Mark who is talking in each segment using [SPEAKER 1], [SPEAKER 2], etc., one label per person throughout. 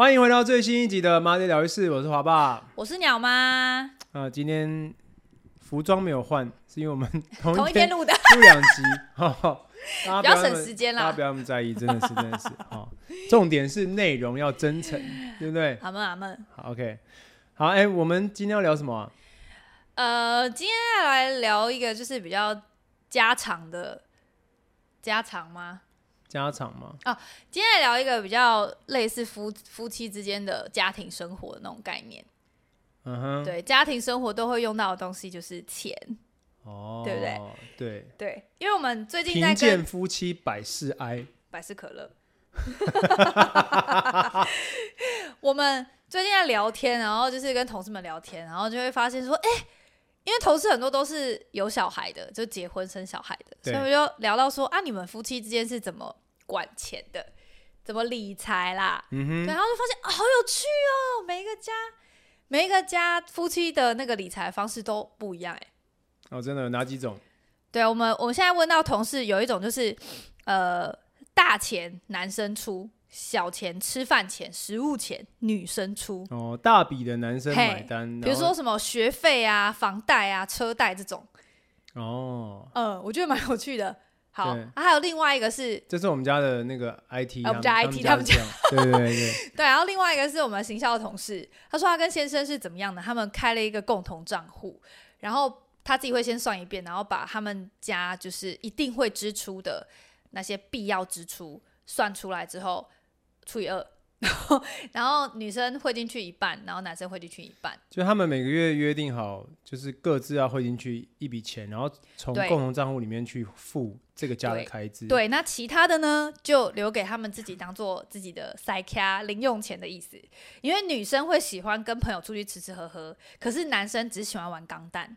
[SPEAKER 1] 欢迎回到最新一集的《马姐疗愈室》，我是华爸。啊、
[SPEAKER 2] 我是鸟妈，
[SPEAKER 1] 今天服装没有换，是因为我 们同
[SPEAKER 2] 同
[SPEAKER 1] 一
[SPEAKER 2] 一天
[SPEAKER 1] 天
[SPEAKER 2] 录的，
[SPEAKER 1] 录两集，哦，大家不
[SPEAKER 2] 比
[SPEAKER 1] 要那
[SPEAKER 2] 较
[SPEAKER 1] 么
[SPEAKER 2] 省时间
[SPEAKER 1] 大家
[SPEAKER 2] 啦
[SPEAKER 1] 不。要那么在意，真的是真的是哦。重点是内容要真 诚，对不对？
[SPEAKER 2] 阿们阿们，
[SPEAKER 1] 好，OK，好，哎、我们今天要聊什么啊、
[SPEAKER 2] 呃，今天要来聊一个就是比较家常的家常吗？
[SPEAKER 1] 家常吗？
[SPEAKER 2] 今天来聊一个比较类似夫夫妻之间的家庭生活的那种概念。
[SPEAKER 1] 嗯哼，，
[SPEAKER 2] 对，家庭生活都会用到的东西就是钱。
[SPEAKER 1] 哦，
[SPEAKER 2] 对不对？
[SPEAKER 1] 对，
[SPEAKER 2] 对，因为我们最近
[SPEAKER 1] 贫
[SPEAKER 2] 在
[SPEAKER 1] 贱
[SPEAKER 2] 跟
[SPEAKER 1] 夫妻百事哀，
[SPEAKER 2] 百事可乐，我们最近在聊天，然后就是跟同事们聊天，然后就会发现说，哎、因为同事很多都是有小孩的，就结婚生小孩的，所
[SPEAKER 1] 对
[SPEAKER 2] 以我们就聊到说，啊，你们夫妻之间是怎么管钱的，怎么理财啦？
[SPEAKER 1] 嗯
[SPEAKER 2] 对，
[SPEAKER 1] 哼，
[SPEAKER 2] 然后就发现、啊好有趣哦，每一个家。每一个家夫妻的那个理财方式都不一样哎、
[SPEAKER 1] 哦，真的有哪几种？
[SPEAKER 2] 对我们，我们现在问到同事，有一种就是，呃，大钱男生出，小钱吃饭钱、食物钱女生出，
[SPEAKER 1] 哦，大笔的男生
[SPEAKER 2] 嘿
[SPEAKER 1] 买单，
[SPEAKER 2] 比如
[SPEAKER 1] 然后
[SPEAKER 2] 说什么学费啊、房贷啊、车贷这种，
[SPEAKER 1] 哦，
[SPEAKER 2] 呃，我觉得蛮有趣的。好，
[SPEAKER 1] 对
[SPEAKER 2] 啊、还有另外一个是，
[SPEAKER 1] 这是我们家的那个 IT，、
[SPEAKER 2] 啊我们家 IT
[SPEAKER 1] 他们是这样，对对对对，
[SPEAKER 2] 对，然后另外一个是我们行销的同事，他说他跟先生是怎么样的，他们开了一个共同账户，然后他自己会先算一遍，然后把他们家就是一定会支出的那些必要支出算出来之后除以二， 然后然后女生汇进去一半，然后男生汇进去一半，
[SPEAKER 1] 就他们每个月约定好，就是各自要汇进去一笔钱，然后从
[SPEAKER 2] 对
[SPEAKER 1] 共同账户里面去付这个家的
[SPEAKER 2] 对
[SPEAKER 1] 开支。，
[SPEAKER 2] 对，那其他的呢就留给他们自己当做自己的塞卡零用钱的意思，因为女生会喜欢跟朋友出去吃吃喝喝，可是男生只喜欢玩钢弹。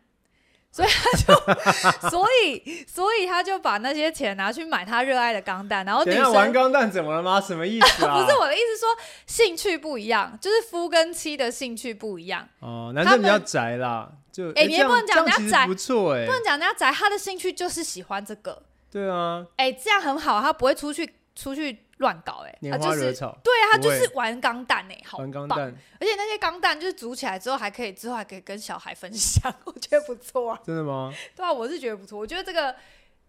[SPEAKER 2] 所以他就， 所以所以他就把那些钱拿去买他热爱的钢弹，然后哦女
[SPEAKER 1] 等一
[SPEAKER 2] 生
[SPEAKER 1] 下玩钢弹怎么了吗？什么意思啊？
[SPEAKER 2] 不是我的意思说兴趣不一样，就是夫跟妻的兴趣不一样，
[SPEAKER 1] 哦，男生比较宅啦，就
[SPEAKER 2] 哎
[SPEAKER 1] 诶
[SPEAKER 2] 你
[SPEAKER 1] 这
[SPEAKER 2] 也
[SPEAKER 1] 样
[SPEAKER 2] 不能讲
[SPEAKER 1] 这样其
[SPEAKER 2] 人
[SPEAKER 1] 实
[SPEAKER 2] 家宅
[SPEAKER 1] 不错哎、
[SPEAKER 2] 不能讲人家宅，他的兴趣就是喜欢这个，
[SPEAKER 1] 对啊，
[SPEAKER 2] 哎、这样很好，他不会出去出去乱搞、哎，
[SPEAKER 1] 拈
[SPEAKER 2] 他
[SPEAKER 1] 花
[SPEAKER 2] 就是
[SPEAKER 1] 惹草，
[SPEAKER 2] 对啊，他
[SPEAKER 1] 不
[SPEAKER 2] 就
[SPEAKER 1] 会
[SPEAKER 2] 是玩钢弹哎，好
[SPEAKER 1] 玩钢
[SPEAKER 2] 棒！
[SPEAKER 1] 弹，
[SPEAKER 2] 而且那些钢弹就是组起来之后，还可以之后还可以跟小孩分享， 我觉得不错啊。
[SPEAKER 1] 真的吗？
[SPEAKER 2] 对啊，我是觉得不错，我觉得这个，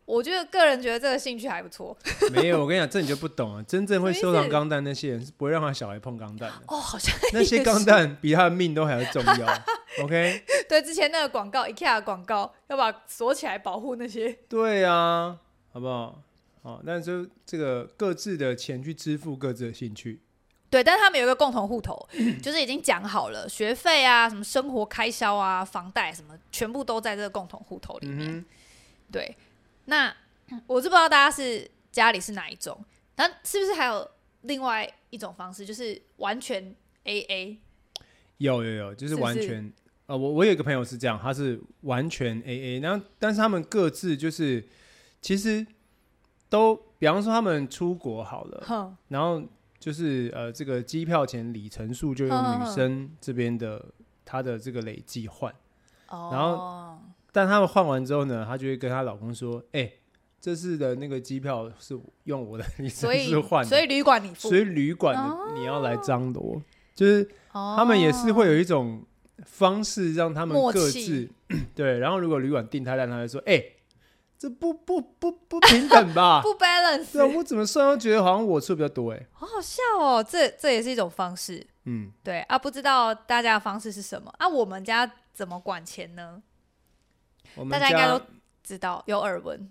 [SPEAKER 2] 我觉得个人觉得这个兴趣还不错。
[SPEAKER 1] 没有，我跟你讲，这你就不懂了。真正会
[SPEAKER 2] 什么
[SPEAKER 1] 收
[SPEAKER 2] 意
[SPEAKER 1] 藏
[SPEAKER 2] 思
[SPEAKER 1] 钢弹那些人是不会让他小孩碰钢 弹的，
[SPEAKER 2] 哦，好像
[SPEAKER 1] 那些
[SPEAKER 2] 也
[SPEAKER 1] 钢
[SPEAKER 2] 是
[SPEAKER 1] 弹比他的命都还要重要。OK，
[SPEAKER 2] 对之前那个广告 IKEA 的广告要把锁起来保护那些。
[SPEAKER 1] 对呀、啊，好不好？好，那就这个各自的钱去支付各自的兴趣。
[SPEAKER 2] 对，但是他们有一个共同户头，
[SPEAKER 1] 嗯
[SPEAKER 2] 就是已经讲好了，学费啊、什么生活开销啊、房贷什么，全部都在这个共同户头里面。
[SPEAKER 1] 嗯
[SPEAKER 2] 对，那我是不知道大家是家里是哪一种，但是不是还有另外一种方式，就是完全 A A？
[SPEAKER 1] 哼，有有有，就是
[SPEAKER 2] 是不
[SPEAKER 1] 完
[SPEAKER 2] 是
[SPEAKER 1] 全呃，我我有一个朋友是这样，他是完全 A A，然后但是他们各自就是其实都，比方说他们出国好了，
[SPEAKER 2] 哼，
[SPEAKER 1] 然后就是呃，这个机票钱里程数就
[SPEAKER 2] 嗯
[SPEAKER 1] 用
[SPEAKER 2] 嗯
[SPEAKER 1] 女
[SPEAKER 2] 嗯
[SPEAKER 1] 生这边的她的这个累计换。
[SPEAKER 2] 哦，
[SPEAKER 1] 然但他们换完之后呢，她就会跟她老公说：“哎、这次的那个机票是用我的里程
[SPEAKER 2] 所以
[SPEAKER 1] 数换的，
[SPEAKER 2] 所以哦旅馆你付
[SPEAKER 1] 所，以旅馆的你要来张罗，就是他们也是会
[SPEAKER 2] 哦
[SPEAKER 1] 有一种方式让他们
[SPEAKER 2] 默
[SPEAKER 1] 各自
[SPEAKER 2] 契
[SPEAKER 1] 对，然后如果旅馆订太烂，他会说：“哎、这不不不不平等吧？
[SPEAKER 2] 不
[SPEAKER 1] 对啊，
[SPEAKER 2] balance，
[SPEAKER 1] 我怎么算都觉得好像我出的比较多哎、
[SPEAKER 2] 好好笑哦，这这也是一种方式。
[SPEAKER 1] 嗯，
[SPEAKER 2] 对啊，不知道大家的方式是什么啊？我们家怎么管钱呢？
[SPEAKER 1] 我们
[SPEAKER 2] 大
[SPEAKER 1] 家
[SPEAKER 2] 家应该都知道，有耳闻。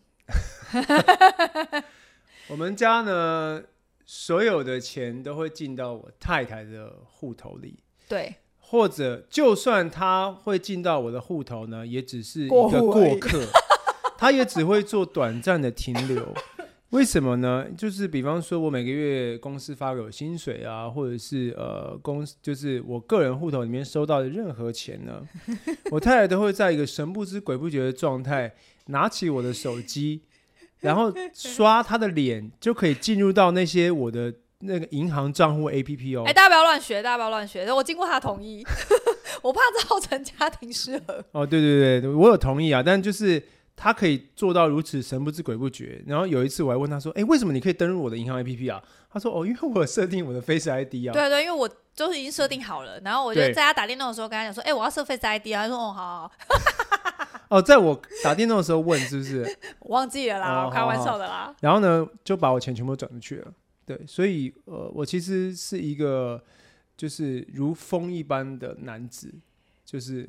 [SPEAKER 1] 我们家呢，所有的钱都会进到我太太的户头里。”
[SPEAKER 2] 对，
[SPEAKER 1] 或者就算他会进到我的户头呢，也只是一
[SPEAKER 2] 过
[SPEAKER 1] 个
[SPEAKER 2] 户而
[SPEAKER 1] 过
[SPEAKER 2] 已
[SPEAKER 1] 客， 他也只会做短暂的停留。为什么呢？就是比方说，我每个月公司发给我薪水啊，或者是呃公司就是我个人户头里面收到的任何钱 呢，我太太都会在一个神不知鬼不觉的状态，拿起我的手机，然后刷她的脸，就可以进入到那些我的那个银行账户 APP 哦。
[SPEAKER 2] 哎、大家不要乱学，大家不要乱学。我经过他同 意，我怕造成家庭失和。
[SPEAKER 1] 哦，对对对，我有同意啊，但就是他可以做到如此神不知鬼不觉。然后有一次我还问他说：“哎、为什么你可以登录我的银行 APP 啊？”他说：“哦，因为我有设定我的 Face ID 啊。”
[SPEAKER 2] 对啊对啊，因为我就是已经设定好了，然后我就
[SPEAKER 1] 对
[SPEAKER 2] 在他打电动的时候跟他讲说，哎、我要设 Face ID 啊，他说，哦，好好好，
[SPEAKER 1] 哦，在我打电动的时候问是不是？
[SPEAKER 2] 我忘记了啦，
[SPEAKER 1] 哦
[SPEAKER 2] 我开玩笑的啦。
[SPEAKER 1] 然后呢，就把我钱全部转出去了。对，所以呃，我其实是一个就是如风一般的男子，就是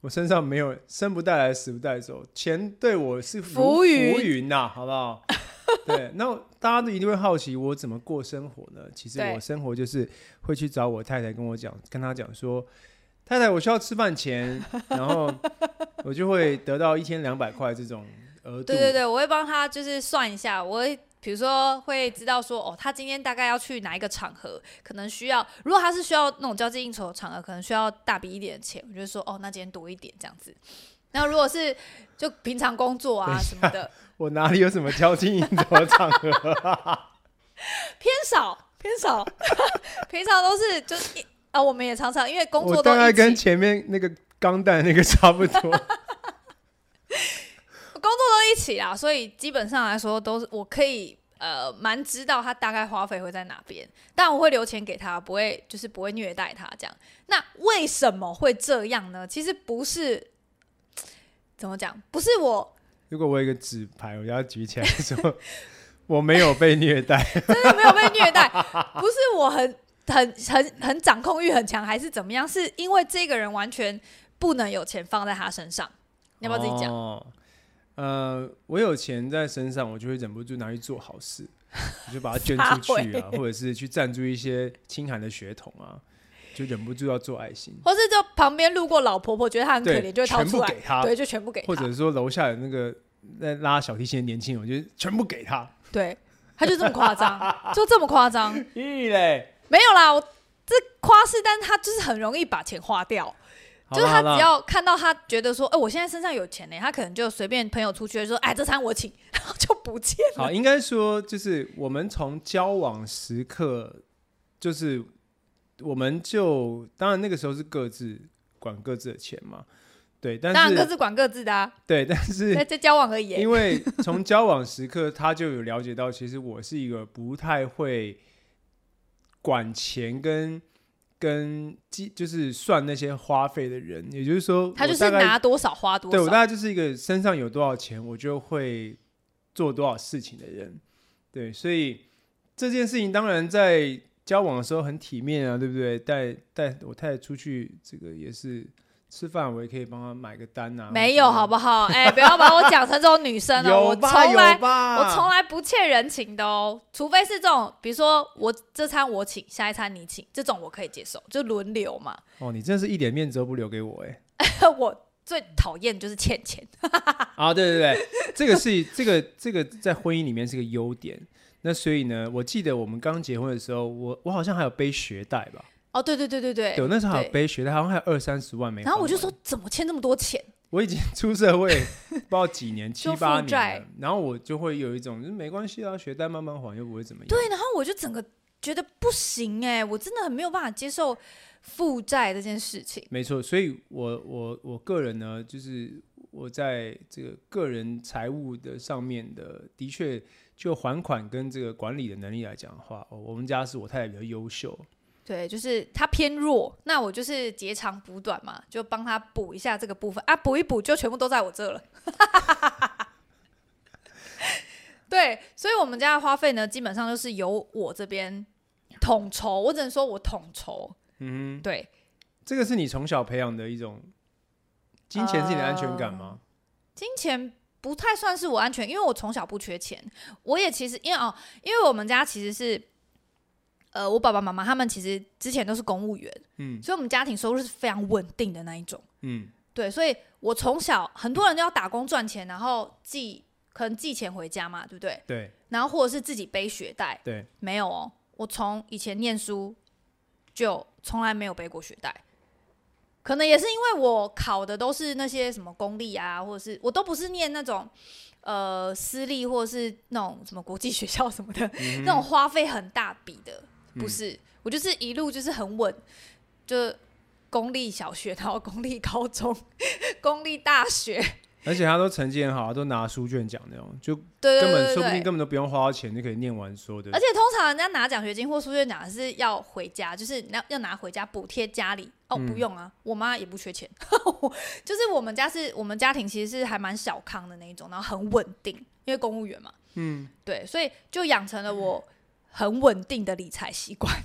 [SPEAKER 1] 我身上没有生不带来，死不带走，钱对我是如
[SPEAKER 2] 浮云
[SPEAKER 1] 浮云呐、好不好？ 对，那我大家都一定会好奇我怎么过生活呢？其实
[SPEAKER 2] 对
[SPEAKER 1] 我生活就是会去找我太太，跟我讲，跟她讲说，太太，我需要吃饭钱，然后我就会得到一千两百块这种额度。
[SPEAKER 2] 对对对，我会帮他就是算一下，我会比如说会知道说，哦，他今天大概要去哪一个场合，可能需要，如果他是需要那种交际应酬的场合，可能需要大笔一点的钱，我就说，哦，那今天多一点这样子。那如果是就平常工作啊什么的，
[SPEAKER 1] 我哪里有什么交际应酬的场合？
[SPEAKER 2] 偏少偏少， 平常都是就是一啊，我们也常常因为 工
[SPEAKER 1] 我
[SPEAKER 2] 作都
[SPEAKER 1] 大概
[SPEAKER 2] 一
[SPEAKER 1] 跟
[SPEAKER 2] 起，
[SPEAKER 1] 前面那个钢弹那个差不多。
[SPEAKER 2] 工作都一起啦，所以基本上来说都是我可以呃蛮知道他大概花费会在哪边，但我会留钱给他，不会就是不会虐待他这样。那为什么会这样呢？其实不是怎么讲，不是我
[SPEAKER 1] 如果我有一个纸牌，我要举起来说，我没有被虐待。
[SPEAKER 2] 真的没有被虐待， 不是我很很很很掌控欲很强还是怎么样，是因为这个人完全不能有钱放在他身上。 你要不要自己讲？
[SPEAKER 1] 哦呃，我有钱在身上，我就会忍不住拿去做好 事，我就把它捐出去啊，或者是去赞助一些清寒的血统啊，就忍不住要做爱心。
[SPEAKER 2] 或是就旁边路过老婆婆觉得她很可
[SPEAKER 1] 对，
[SPEAKER 2] 怜，就会掏
[SPEAKER 1] 全
[SPEAKER 2] 出
[SPEAKER 1] 部
[SPEAKER 2] 来，
[SPEAKER 1] 给他，
[SPEAKER 2] 对，就全部给她。
[SPEAKER 1] 或者说楼下有那个在拉小提琴的年轻人，我就全部给他。
[SPEAKER 2] 对，他就这么夸张，就这么夸张，
[SPEAKER 1] 咦嘞，
[SPEAKER 2] 没有啦，我这夸饰，但他就是很容易把钱花掉，就是
[SPEAKER 1] 好
[SPEAKER 2] 他
[SPEAKER 1] 啦好啦
[SPEAKER 2] 只要看到他觉得说，哎、我现在身上有钱呢、他可能就随便朋友出去就说，哎，这餐我请，然后就不见了。
[SPEAKER 1] 好，应该说就是我们从交往时刻，就是我们就当然那个时候是各自管各自的钱嘛，对，但
[SPEAKER 2] 当然各
[SPEAKER 1] 是
[SPEAKER 2] 自管各自的啊，
[SPEAKER 1] 对，但是
[SPEAKER 2] 在在交往而已欸、
[SPEAKER 1] 因为从交往时刻，他就有了解到，其实我是一个不太会管钱跟跟计就是算那些花费的人，也就是说，
[SPEAKER 2] 他
[SPEAKER 1] 我
[SPEAKER 2] 就是
[SPEAKER 1] 大概
[SPEAKER 2] 拿多少花多
[SPEAKER 1] 对我
[SPEAKER 2] 少。
[SPEAKER 1] 大概就是一个身上有多少钱，我就会做多少事情的人。对，所以这件事情当然在交往的时候很体面啊，对不对？带带我太太出去，这个也是吃饭，我也可以帮她买个单啊。
[SPEAKER 2] 没有，好
[SPEAKER 1] 不
[SPEAKER 2] 不好？哎、不要把我讲成这种女生哦、我
[SPEAKER 1] 有
[SPEAKER 2] 从
[SPEAKER 1] 吧
[SPEAKER 2] 来
[SPEAKER 1] 有吧，
[SPEAKER 2] 我从来不欠人情的哦，除非是这种，比如说我这餐我请，下一餐你请，这种我可以接受，就轮流嘛。
[SPEAKER 1] 哦，你真的是一点面子都不留给我哎、
[SPEAKER 2] 我最讨厌就是欠钱，
[SPEAKER 1] 啊，对对对，这个是这个这个在婚姻里面是个优点。那所以呢，我记得我们刚结婚的时候，我我好像还有背学贷吧，
[SPEAKER 2] 哦，对对对对对
[SPEAKER 1] 对，我那时候还有
[SPEAKER 2] 对
[SPEAKER 1] 背学贷，好像还有二三十万没还完。
[SPEAKER 2] 然后我就说怎么欠这么多钱？
[SPEAKER 1] 我已经出社会 不知道几年，七
[SPEAKER 2] 就负
[SPEAKER 1] 八年
[SPEAKER 2] 债
[SPEAKER 1] 了，然后我就会有一种，就是没关系啊，学贷慢慢还又不会怎么样。
[SPEAKER 2] 对，然后我就整个觉得不行哎、我真的很没有办法接受负债这件事情。
[SPEAKER 1] 没错，所以我我我个人呢，就是我在这个个人财务的上面的，的确就还款跟这个管理的能力来讲的话，哦我们家是我太太比较优秀，
[SPEAKER 2] 对，就是他偏弱，那我就是截长补短嘛，就帮他补一下这个部分啊，补一补就全部都在我这了。 对，所以我们家的花费呢，基本上就是由我这边统筹，我只能说我统筹。
[SPEAKER 1] 嗯
[SPEAKER 2] 对，
[SPEAKER 1] 哼，这个是你从小培养的一种，金钱是你的安全感
[SPEAKER 2] 哦
[SPEAKER 1] 吗？
[SPEAKER 2] 金钱不太算是我安全，因为我从小不缺钱。我也其实因为哦，因为我们家其实是，呃，我爸爸妈妈他们其实之前都是公务员，
[SPEAKER 1] 嗯
[SPEAKER 2] 所以我们家庭收入是非常稳定的那一种。
[SPEAKER 1] 嗯，
[SPEAKER 2] 对，所以我从小很多人都要打工赚钱，然后寄可能寄钱回家嘛，对不对？
[SPEAKER 1] 对
[SPEAKER 2] 然后或者是自己背学贷，
[SPEAKER 1] 对，
[SPEAKER 2] 没有哦，我从以前念书就从来没有背过学贷，可能也是因为我考的都是那些什么公立啊，或者是我都不是念那种呃私立或者是那种什么国际学校什么的，
[SPEAKER 1] 嗯
[SPEAKER 2] 那种花费很大笔的，不是，我就是一路就是很稳， 就公立小学，然后公立高中，公立大学，
[SPEAKER 1] 而且他都成绩很好，都拿书卷奖那种，就
[SPEAKER 2] 对对
[SPEAKER 1] 根
[SPEAKER 2] 对
[SPEAKER 1] 本
[SPEAKER 2] 对
[SPEAKER 1] 说不定
[SPEAKER 2] 对。
[SPEAKER 1] 根本都不用花到钱就可以念完所有的
[SPEAKER 2] 而。且通常人家拿奖学金或书卷奖是要回家，就是要要拿回家补贴家里。哦，
[SPEAKER 1] 嗯
[SPEAKER 2] 不用啊，我妈也不缺钱， 就是我们家是我们家庭其实是还蛮小康的那一种，然后很稳定，因为公务员嘛，
[SPEAKER 1] 嗯，
[SPEAKER 2] 对，所以就养成了我很稳定的理财习
[SPEAKER 1] 嗯
[SPEAKER 2] 惯。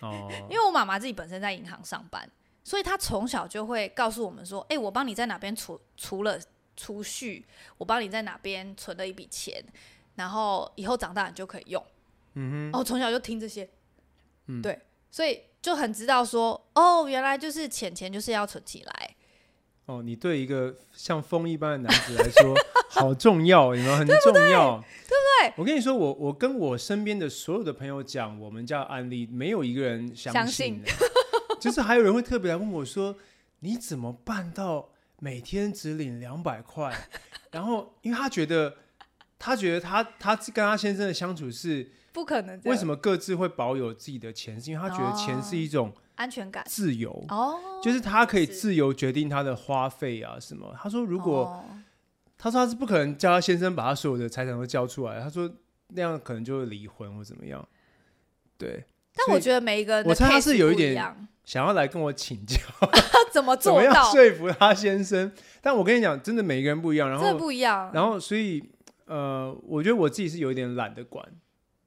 [SPEAKER 1] 哦，
[SPEAKER 2] 因为我妈妈自己本身在银行上班，所以她从小就会告诉我们说：“哎、我帮你在哪边储除了储蓄，我帮你在哪边存了一笔钱，然后以后长大你就可以用。”
[SPEAKER 1] 嗯
[SPEAKER 2] 哦，从小就听这些，
[SPEAKER 1] 嗯
[SPEAKER 2] 对，所以就很知道说，哦，原来就是钱钱就是要存起来，
[SPEAKER 1] 哼，哦，你对一个像风一般的男子来说好重要，你们很重 要，对不对？我跟你说，我我跟我身边的所有的朋友讲我们家的案例，没有一个人
[SPEAKER 2] 相
[SPEAKER 1] 信
[SPEAKER 2] 信
[SPEAKER 1] 的， 就是还有人会特别来问我说，你怎么办到每天只领两百块？然后因为他觉得。他觉得他他跟他先生的相处是
[SPEAKER 2] 不可能这
[SPEAKER 1] 为
[SPEAKER 2] 样。
[SPEAKER 1] 什么各自会保有自己的钱，是因为他觉得钱是一种
[SPEAKER 2] 安全感？
[SPEAKER 1] 自由，
[SPEAKER 2] 哦，
[SPEAKER 1] 就是他可以
[SPEAKER 2] 是
[SPEAKER 1] 自由决定他的花费啊什么。他说，如果、
[SPEAKER 2] 哦
[SPEAKER 1] 他说他是不可能叫他先生把他所有的财产都交出来，他说那样可能就会离婚或怎么样。对，
[SPEAKER 2] 但
[SPEAKER 1] 所以
[SPEAKER 2] 我觉得每一个人的
[SPEAKER 1] 我猜他
[SPEAKER 2] case
[SPEAKER 1] 是有一
[SPEAKER 2] 不一
[SPEAKER 1] 点
[SPEAKER 2] 样
[SPEAKER 1] 想要来跟我请教，
[SPEAKER 2] 他怎么
[SPEAKER 1] 怎
[SPEAKER 2] 做
[SPEAKER 1] 么样
[SPEAKER 2] 到？
[SPEAKER 1] 说服他先生？但我跟你讲，真的每个人不一样。然
[SPEAKER 2] 这
[SPEAKER 1] 后，
[SPEAKER 2] 不一样。
[SPEAKER 1] 然后，所以，呃，我觉得我自己是有一点懒得管，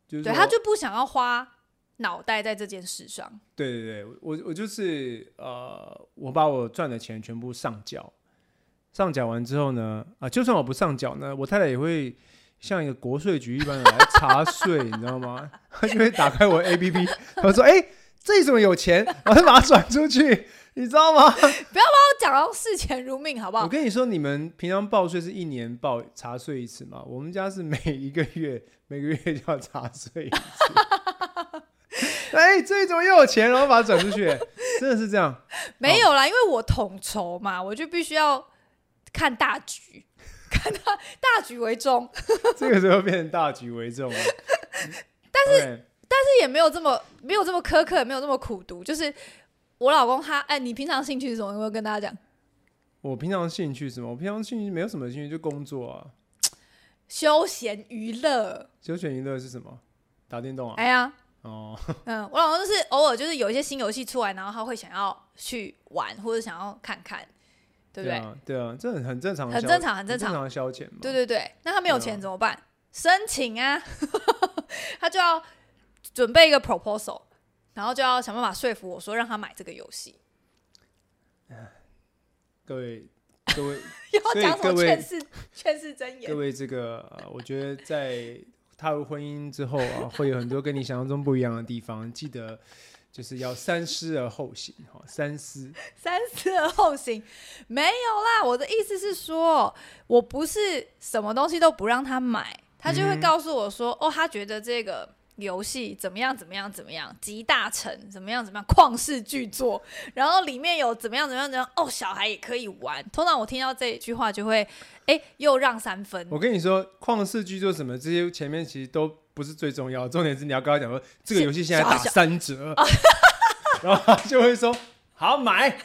[SPEAKER 1] 就是
[SPEAKER 2] 对，
[SPEAKER 1] 说
[SPEAKER 2] 他就不想要花脑袋在这件事上。
[SPEAKER 1] 对对对，我我就是呃，我把我赚的钱全部上缴，上缴完之后呢，啊、就算我不上缴呢，我太太也会像一个国税局一般的来查税，你知道吗？ 她就会打开我 A P P，她说：“哎、这怎么有钱？”我就把它转出去，你知道吗？
[SPEAKER 2] 都讲到视钱如命，好不
[SPEAKER 1] 我
[SPEAKER 2] 好？
[SPEAKER 1] 跟你说，你们平常报税是一年报查税一次嘛？我们家是每一个月每个月就要查税一次。 哎、这怎么又有钱？然后把它转出去，真的是这样。
[SPEAKER 2] 没有啦，因为我统筹嘛，我就必须要看大局， 看大大局为重。
[SPEAKER 1] 这个时候变成大局为 重了。哎但是
[SPEAKER 2] 这也没有这么没有这么苛刻，也没有这么苦读。就是我老公他，哎，你平常兴趣是什么？有没有跟大家讲？
[SPEAKER 1] 我平常兴趣是什么？我平常兴趣没有什么兴趣，就工作啊。
[SPEAKER 2] 休闲娱乐，
[SPEAKER 1] 休闲娱乐是什么？打电动啊？
[SPEAKER 2] 哎呀，
[SPEAKER 1] 哦，
[SPEAKER 2] 嗯，我老公就是偶尔就是有一些新游戏出来，然后他会想要去玩或者想要看看，对不对？
[SPEAKER 1] 啊？对啊，这很很正常的消，
[SPEAKER 2] 很正常，很
[SPEAKER 1] 很
[SPEAKER 2] 正常。
[SPEAKER 1] 的消遣嘛。
[SPEAKER 2] 对对对，那他没有
[SPEAKER 1] 对啊
[SPEAKER 2] 钱怎么办？申请啊， 他就要准备一个 proposal，然后就要想办法说服我说让他买这个游戏。
[SPEAKER 1] 各位各位
[SPEAKER 2] 要
[SPEAKER 1] 所以
[SPEAKER 2] 讲什
[SPEAKER 1] 各
[SPEAKER 2] 么
[SPEAKER 1] 位
[SPEAKER 2] 劝世劝世真言
[SPEAKER 1] 各？位，这个、呃我觉得在踏入婚姻之后啊，会有很多跟你想象中不一样的地方，记得就是要三思而后行哈、三思。
[SPEAKER 2] 三思而后行，没有啦。我的意思是说，我不是什么东西都不让他买，他就会
[SPEAKER 1] 嗯
[SPEAKER 2] 告诉我说，哦，他觉得这个游戏怎么样，怎么样，怎么样，集大成，怎么样，怎么样，旷世巨作，然后里面有怎么样，怎么样，怎么样，哦，小孩也可以玩。通常我听到这一句话就会，哎，又让三分。
[SPEAKER 1] 我跟你说，旷世巨作什么这些前面其实都不是最重要的，重点是你要跟他讲说这个游戏现在打三折， 然后他就会说好买。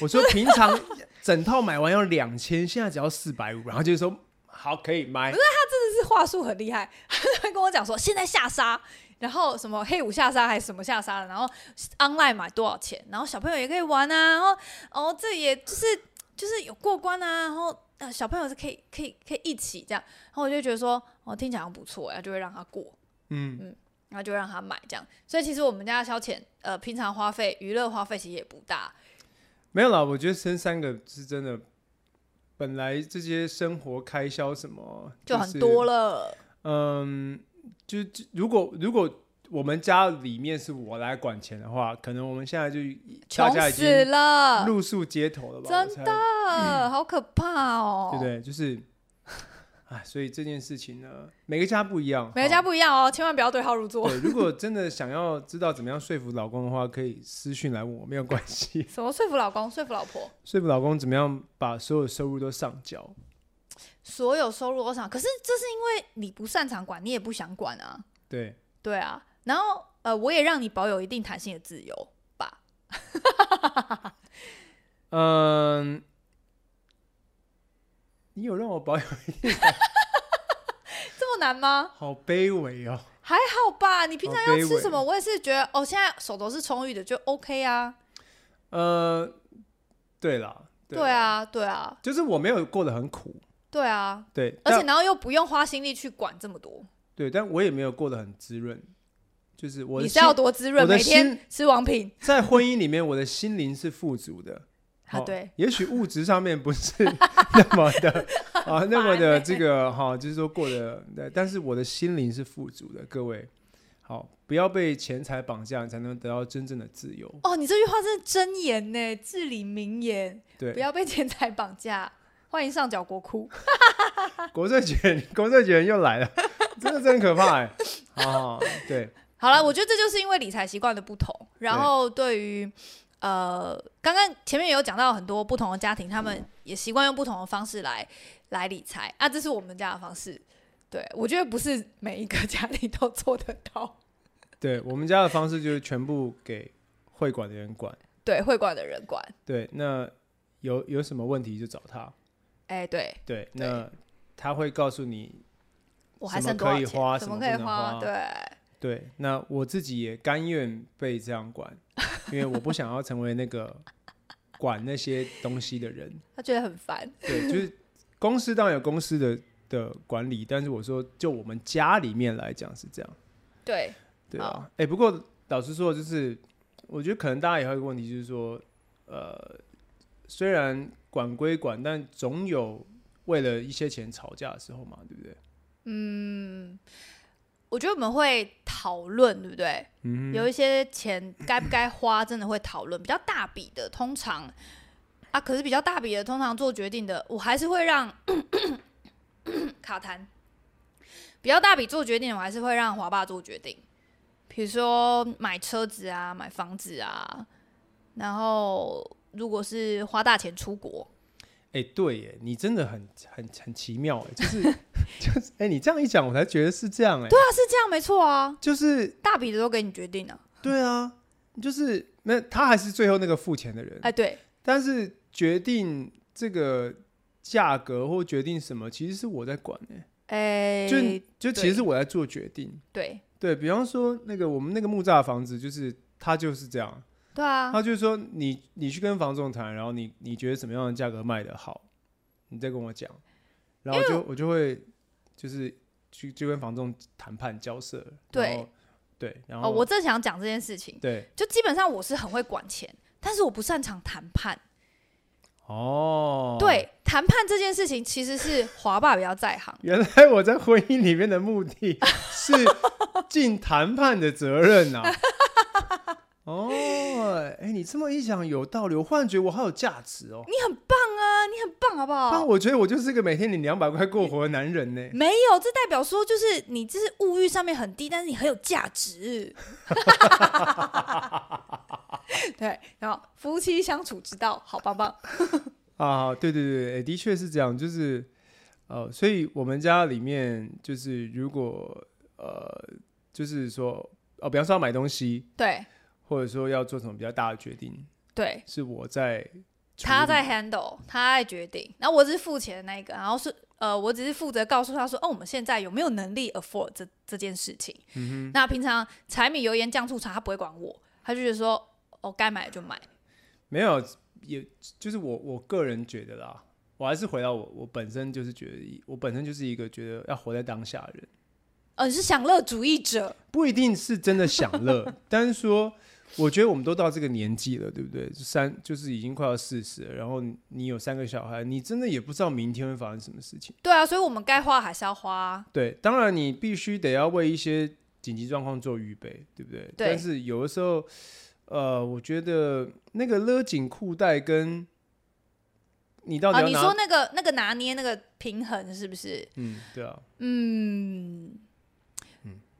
[SPEAKER 1] 我说平常整套买完要两千，现在只要四百五，然后就说好可以买。
[SPEAKER 2] 是话术很厉害， 他跟我讲说现在下杀，然后什么黑五下杀还是什么下杀的，然后 online 买多少钱，然后小朋友也可以玩啊，然后哦这也就是就是有过关啊，然后呃小朋友是可以可以可以一起这样，然后我就觉得说哦听起来好像不错，然后就会让他过，
[SPEAKER 1] 嗯，
[SPEAKER 2] 然后就让他买这样，所以其实我们家的消遣呃平常花费娱乐花费其实也不大，
[SPEAKER 1] 没有啦，我觉得生三个是真的，本来这些生活开销什么
[SPEAKER 2] 就很多
[SPEAKER 1] 了。
[SPEAKER 2] 了，
[SPEAKER 1] 嗯，就就如果如果我们家里面是我来管钱的话，可能我们现在就大
[SPEAKER 2] 穷
[SPEAKER 1] 家已经
[SPEAKER 2] 死了，
[SPEAKER 1] 露宿街头了吧？
[SPEAKER 2] 真
[SPEAKER 1] 我猜
[SPEAKER 2] 啊好可怕哦，
[SPEAKER 1] 对不对？就是，哎，所以这件事情呢，每个家不一样，
[SPEAKER 2] 每个家不一样哦，千万不要对号入座。
[SPEAKER 1] 对，如果真的想要知道怎么样说服老公的话，可以私讯来问我，没有关系。
[SPEAKER 2] 什么说服老公、说服老婆，
[SPEAKER 1] 说服老公怎么样把所有收入都上交？
[SPEAKER 2] 所有收入都想，可是这是因为你不擅长管，你也不想管啊，
[SPEAKER 1] 对，
[SPEAKER 2] 对啊。然后呃，我也让你保有一定弹性的自由吧。
[SPEAKER 1] 嗯，你有让我保养，
[SPEAKER 2] 这么难吗？
[SPEAKER 1] 好卑微哦。
[SPEAKER 2] 还好吧，你平常要
[SPEAKER 1] 好卑微
[SPEAKER 2] 吃什么？我也是觉得，哦，现在手头是充裕的，就 OK 啊。
[SPEAKER 1] 呃，对啦，
[SPEAKER 2] 对，啊，对啊，
[SPEAKER 1] 就是我没有过得很苦，
[SPEAKER 2] 对啊，
[SPEAKER 1] 对，
[SPEAKER 2] 而且
[SPEAKER 1] 但
[SPEAKER 2] 然后又不用花心力去管这么多，
[SPEAKER 1] 对，但我也没有过得很滋润，就是我的
[SPEAKER 2] 你是
[SPEAKER 1] 心
[SPEAKER 2] 要多滋润，
[SPEAKER 1] 我的
[SPEAKER 2] 每天
[SPEAKER 1] 心
[SPEAKER 2] 吃王品
[SPEAKER 1] 在婚姻里面，我的心灵是富足的。
[SPEAKER 2] 啊，
[SPEAKER 1] 哦
[SPEAKER 2] 对，
[SPEAKER 1] 也许物质上面不是那么 的啊，那么的
[SPEAKER 2] 欸
[SPEAKER 1] 这个哈、就是说过得，对但是我的心灵是富足的。各位，好，不要被钱财绑架，你才能得到真正的自由。
[SPEAKER 2] 哦，你这句话是真言呢，至理名言，不
[SPEAKER 1] 对，
[SPEAKER 2] 要被钱财绑架。欢迎上缴国库，
[SPEAKER 1] 国税局，国税局又来了，真的真的可怕哎、啊，对，
[SPEAKER 2] 好了，我觉得这就是因为理财习惯的不同，然
[SPEAKER 1] 对
[SPEAKER 2] 后对于呃，刚刚前面有讲到很多不同的家庭，他们也习惯用不同的方式来来理财啊，这是我们家的方式。对，我觉得不是每一个家庭都做得到。
[SPEAKER 1] 对我们家的方式就是全部给会馆的人管。
[SPEAKER 2] 对，会管的人管。
[SPEAKER 1] 对，那有有什么问题就找他。
[SPEAKER 2] 哎，对
[SPEAKER 1] 对，那他会告诉你
[SPEAKER 2] 我还
[SPEAKER 1] 什么
[SPEAKER 2] 剩多
[SPEAKER 1] 可
[SPEAKER 2] 少
[SPEAKER 1] 以
[SPEAKER 2] 钱？
[SPEAKER 1] 花
[SPEAKER 2] 怎
[SPEAKER 1] 什
[SPEAKER 2] 么
[SPEAKER 1] 么
[SPEAKER 2] 可以
[SPEAKER 1] 不能花
[SPEAKER 2] 对，
[SPEAKER 1] 对，那我自己也甘愿被这样管，因为我不想要成为那个管那些东西的人。
[SPEAKER 2] 他觉得很烦。
[SPEAKER 1] 对，就是公司当然有公司的的管理，但是我说就我们家里面来讲是这样，
[SPEAKER 2] 对，
[SPEAKER 1] 对啊。哎、不过老实说，就是我觉得可能大家也会有一个问题，就是说，呃，虽然管归管，但总有为了一些钱吵架的时候嘛，对不对？
[SPEAKER 2] 我觉得我们会讨论，对不对？
[SPEAKER 1] 嗯哼，
[SPEAKER 2] 有一些钱该不该花，真的会讨论。比较大笔的，通常啊，可是比较大笔的，通常做决定的，我还是会让 卡痰。比较大笔做决定的，我还是会让华爸做决定。比如说买车子啊，买房子啊，然后如果是花大钱出国，
[SPEAKER 1] 哎、对耶，你真的很很很奇妙哎，就是就是哎、你这样一讲，我才觉得是这样哎。
[SPEAKER 2] 那啊是这样没错啊，
[SPEAKER 1] 就是
[SPEAKER 2] 大笔的都给你决定了、
[SPEAKER 1] 对啊，就是那他还是最后那个付钱的人，
[SPEAKER 2] 哎，对，
[SPEAKER 1] 但是决定这个价格或决定什么，其实是我在管哎、
[SPEAKER 2] 哎，
[SPEAKER 1] 就就其
[SPEAKER 2] 对
[SPEAKER 1] 实是我在做决定。
[SPEAKER 2] 对，
[SPEAKER 1] 对比方说那个我们那个木栅房子，就是他就是这样，
[SPEAKER 2] 对啊，
[SPEAKER 1] 他就是说你你去跟房仲谈，然后你你觉得什么样的价格卖的好，你再跟我讲，然后我就我就会就是去就跟房仲谈判交涉，然
[SPEAKER 2] 对
[SPEAKER 1] 后对，然后、
[SPEAKER 2] 哦，我正想讲这件事情，
[SPEAKER 1] 对
[SPEAKER 2] 就基本上我是很会管钱，但是我不擅长谈判。
[SPEAKER 1] 哦，，。
[SPEAKER 2] 对，谈判这件事情其实是华爸比较在行
[SPEAKER 1] 原来我在婚姻里面的目 的是尽谈判的责任呐、哦，哎、你这么一讲有道理，我忽然觉得我好有价值哦。
[SPEAKER 2] 你很棒啊，你很棒，好不
[SPEAKER 1] 但
[SPEAKER 2] 好？
[SPEAKER 1] 我觉得我就是个每天领两百块过活的男人呢。
[SPEAKER 2] 没有，这代表说就是你这是物欲上面很低，但是你很有价 值。对，然后夫妻相处之道，好棒棒。
[SPEAKER 1] 啊，对对对，诶的确是这样，就是呃，所以我们家里面就是如果呃，就是说哦，比方说要买东西，
[SPEAKER 2] 对
[SPEAKER 1] 或者说要做什么比较大的决定，
[SPEAKER 2] 对，
[SPEAKER 1] 是我在处
[SPEAKER 2] 他
[SPEAKER 1] 理
[SPEAKER 2] 在 handle，他在决定，然后我只是付钱的那一个，然后是呃，我只是负责告诉他说，哦，我们现在有没有能力 afford 这这件事情。
[SPEAKER 1] 嗯
[SPEAKER 2] 那平常柴米油盐酱醋茶，他不会管我，他就觉得说，哦，该买就买。
[SPEAKER 1] 没有，也就是我我个人觉得啦，我还是回到我我本身就是觉得我本身就是一个觉得要活在当下的人。
[SPEAKER 2] 哦，你是享乐主义者，
[SPEAKER 1] 不一定是真的享乐， 但是说，我觉得我们都到这个年纪了，对不对？三就是已经快要四十了，然后你有三个小孩，你真的也不知道明天会发生什么事情。
[SPEAKER 2] 对啊，所以我们该花还是要花啊。
[SPEAKER 1] 对，当然你必须得要为一些紧急状况做预备，对不对？
[SPEAKER 2] 对
[SPEAKER 1] 但是有的时候，呃，我觉得那个勒紧裤带跟你到底
[SPEAKER 2] 哦，
[SPEAKER 1] 要
[SPEAKER 2] 你
[SPEAKER 1] 拿，
[SPEAKER 2] 说那个那个拿捏那个平衡是不是？
[SPEAKER 1] 嗯，对啊，
[SPEAKER 2] 嗯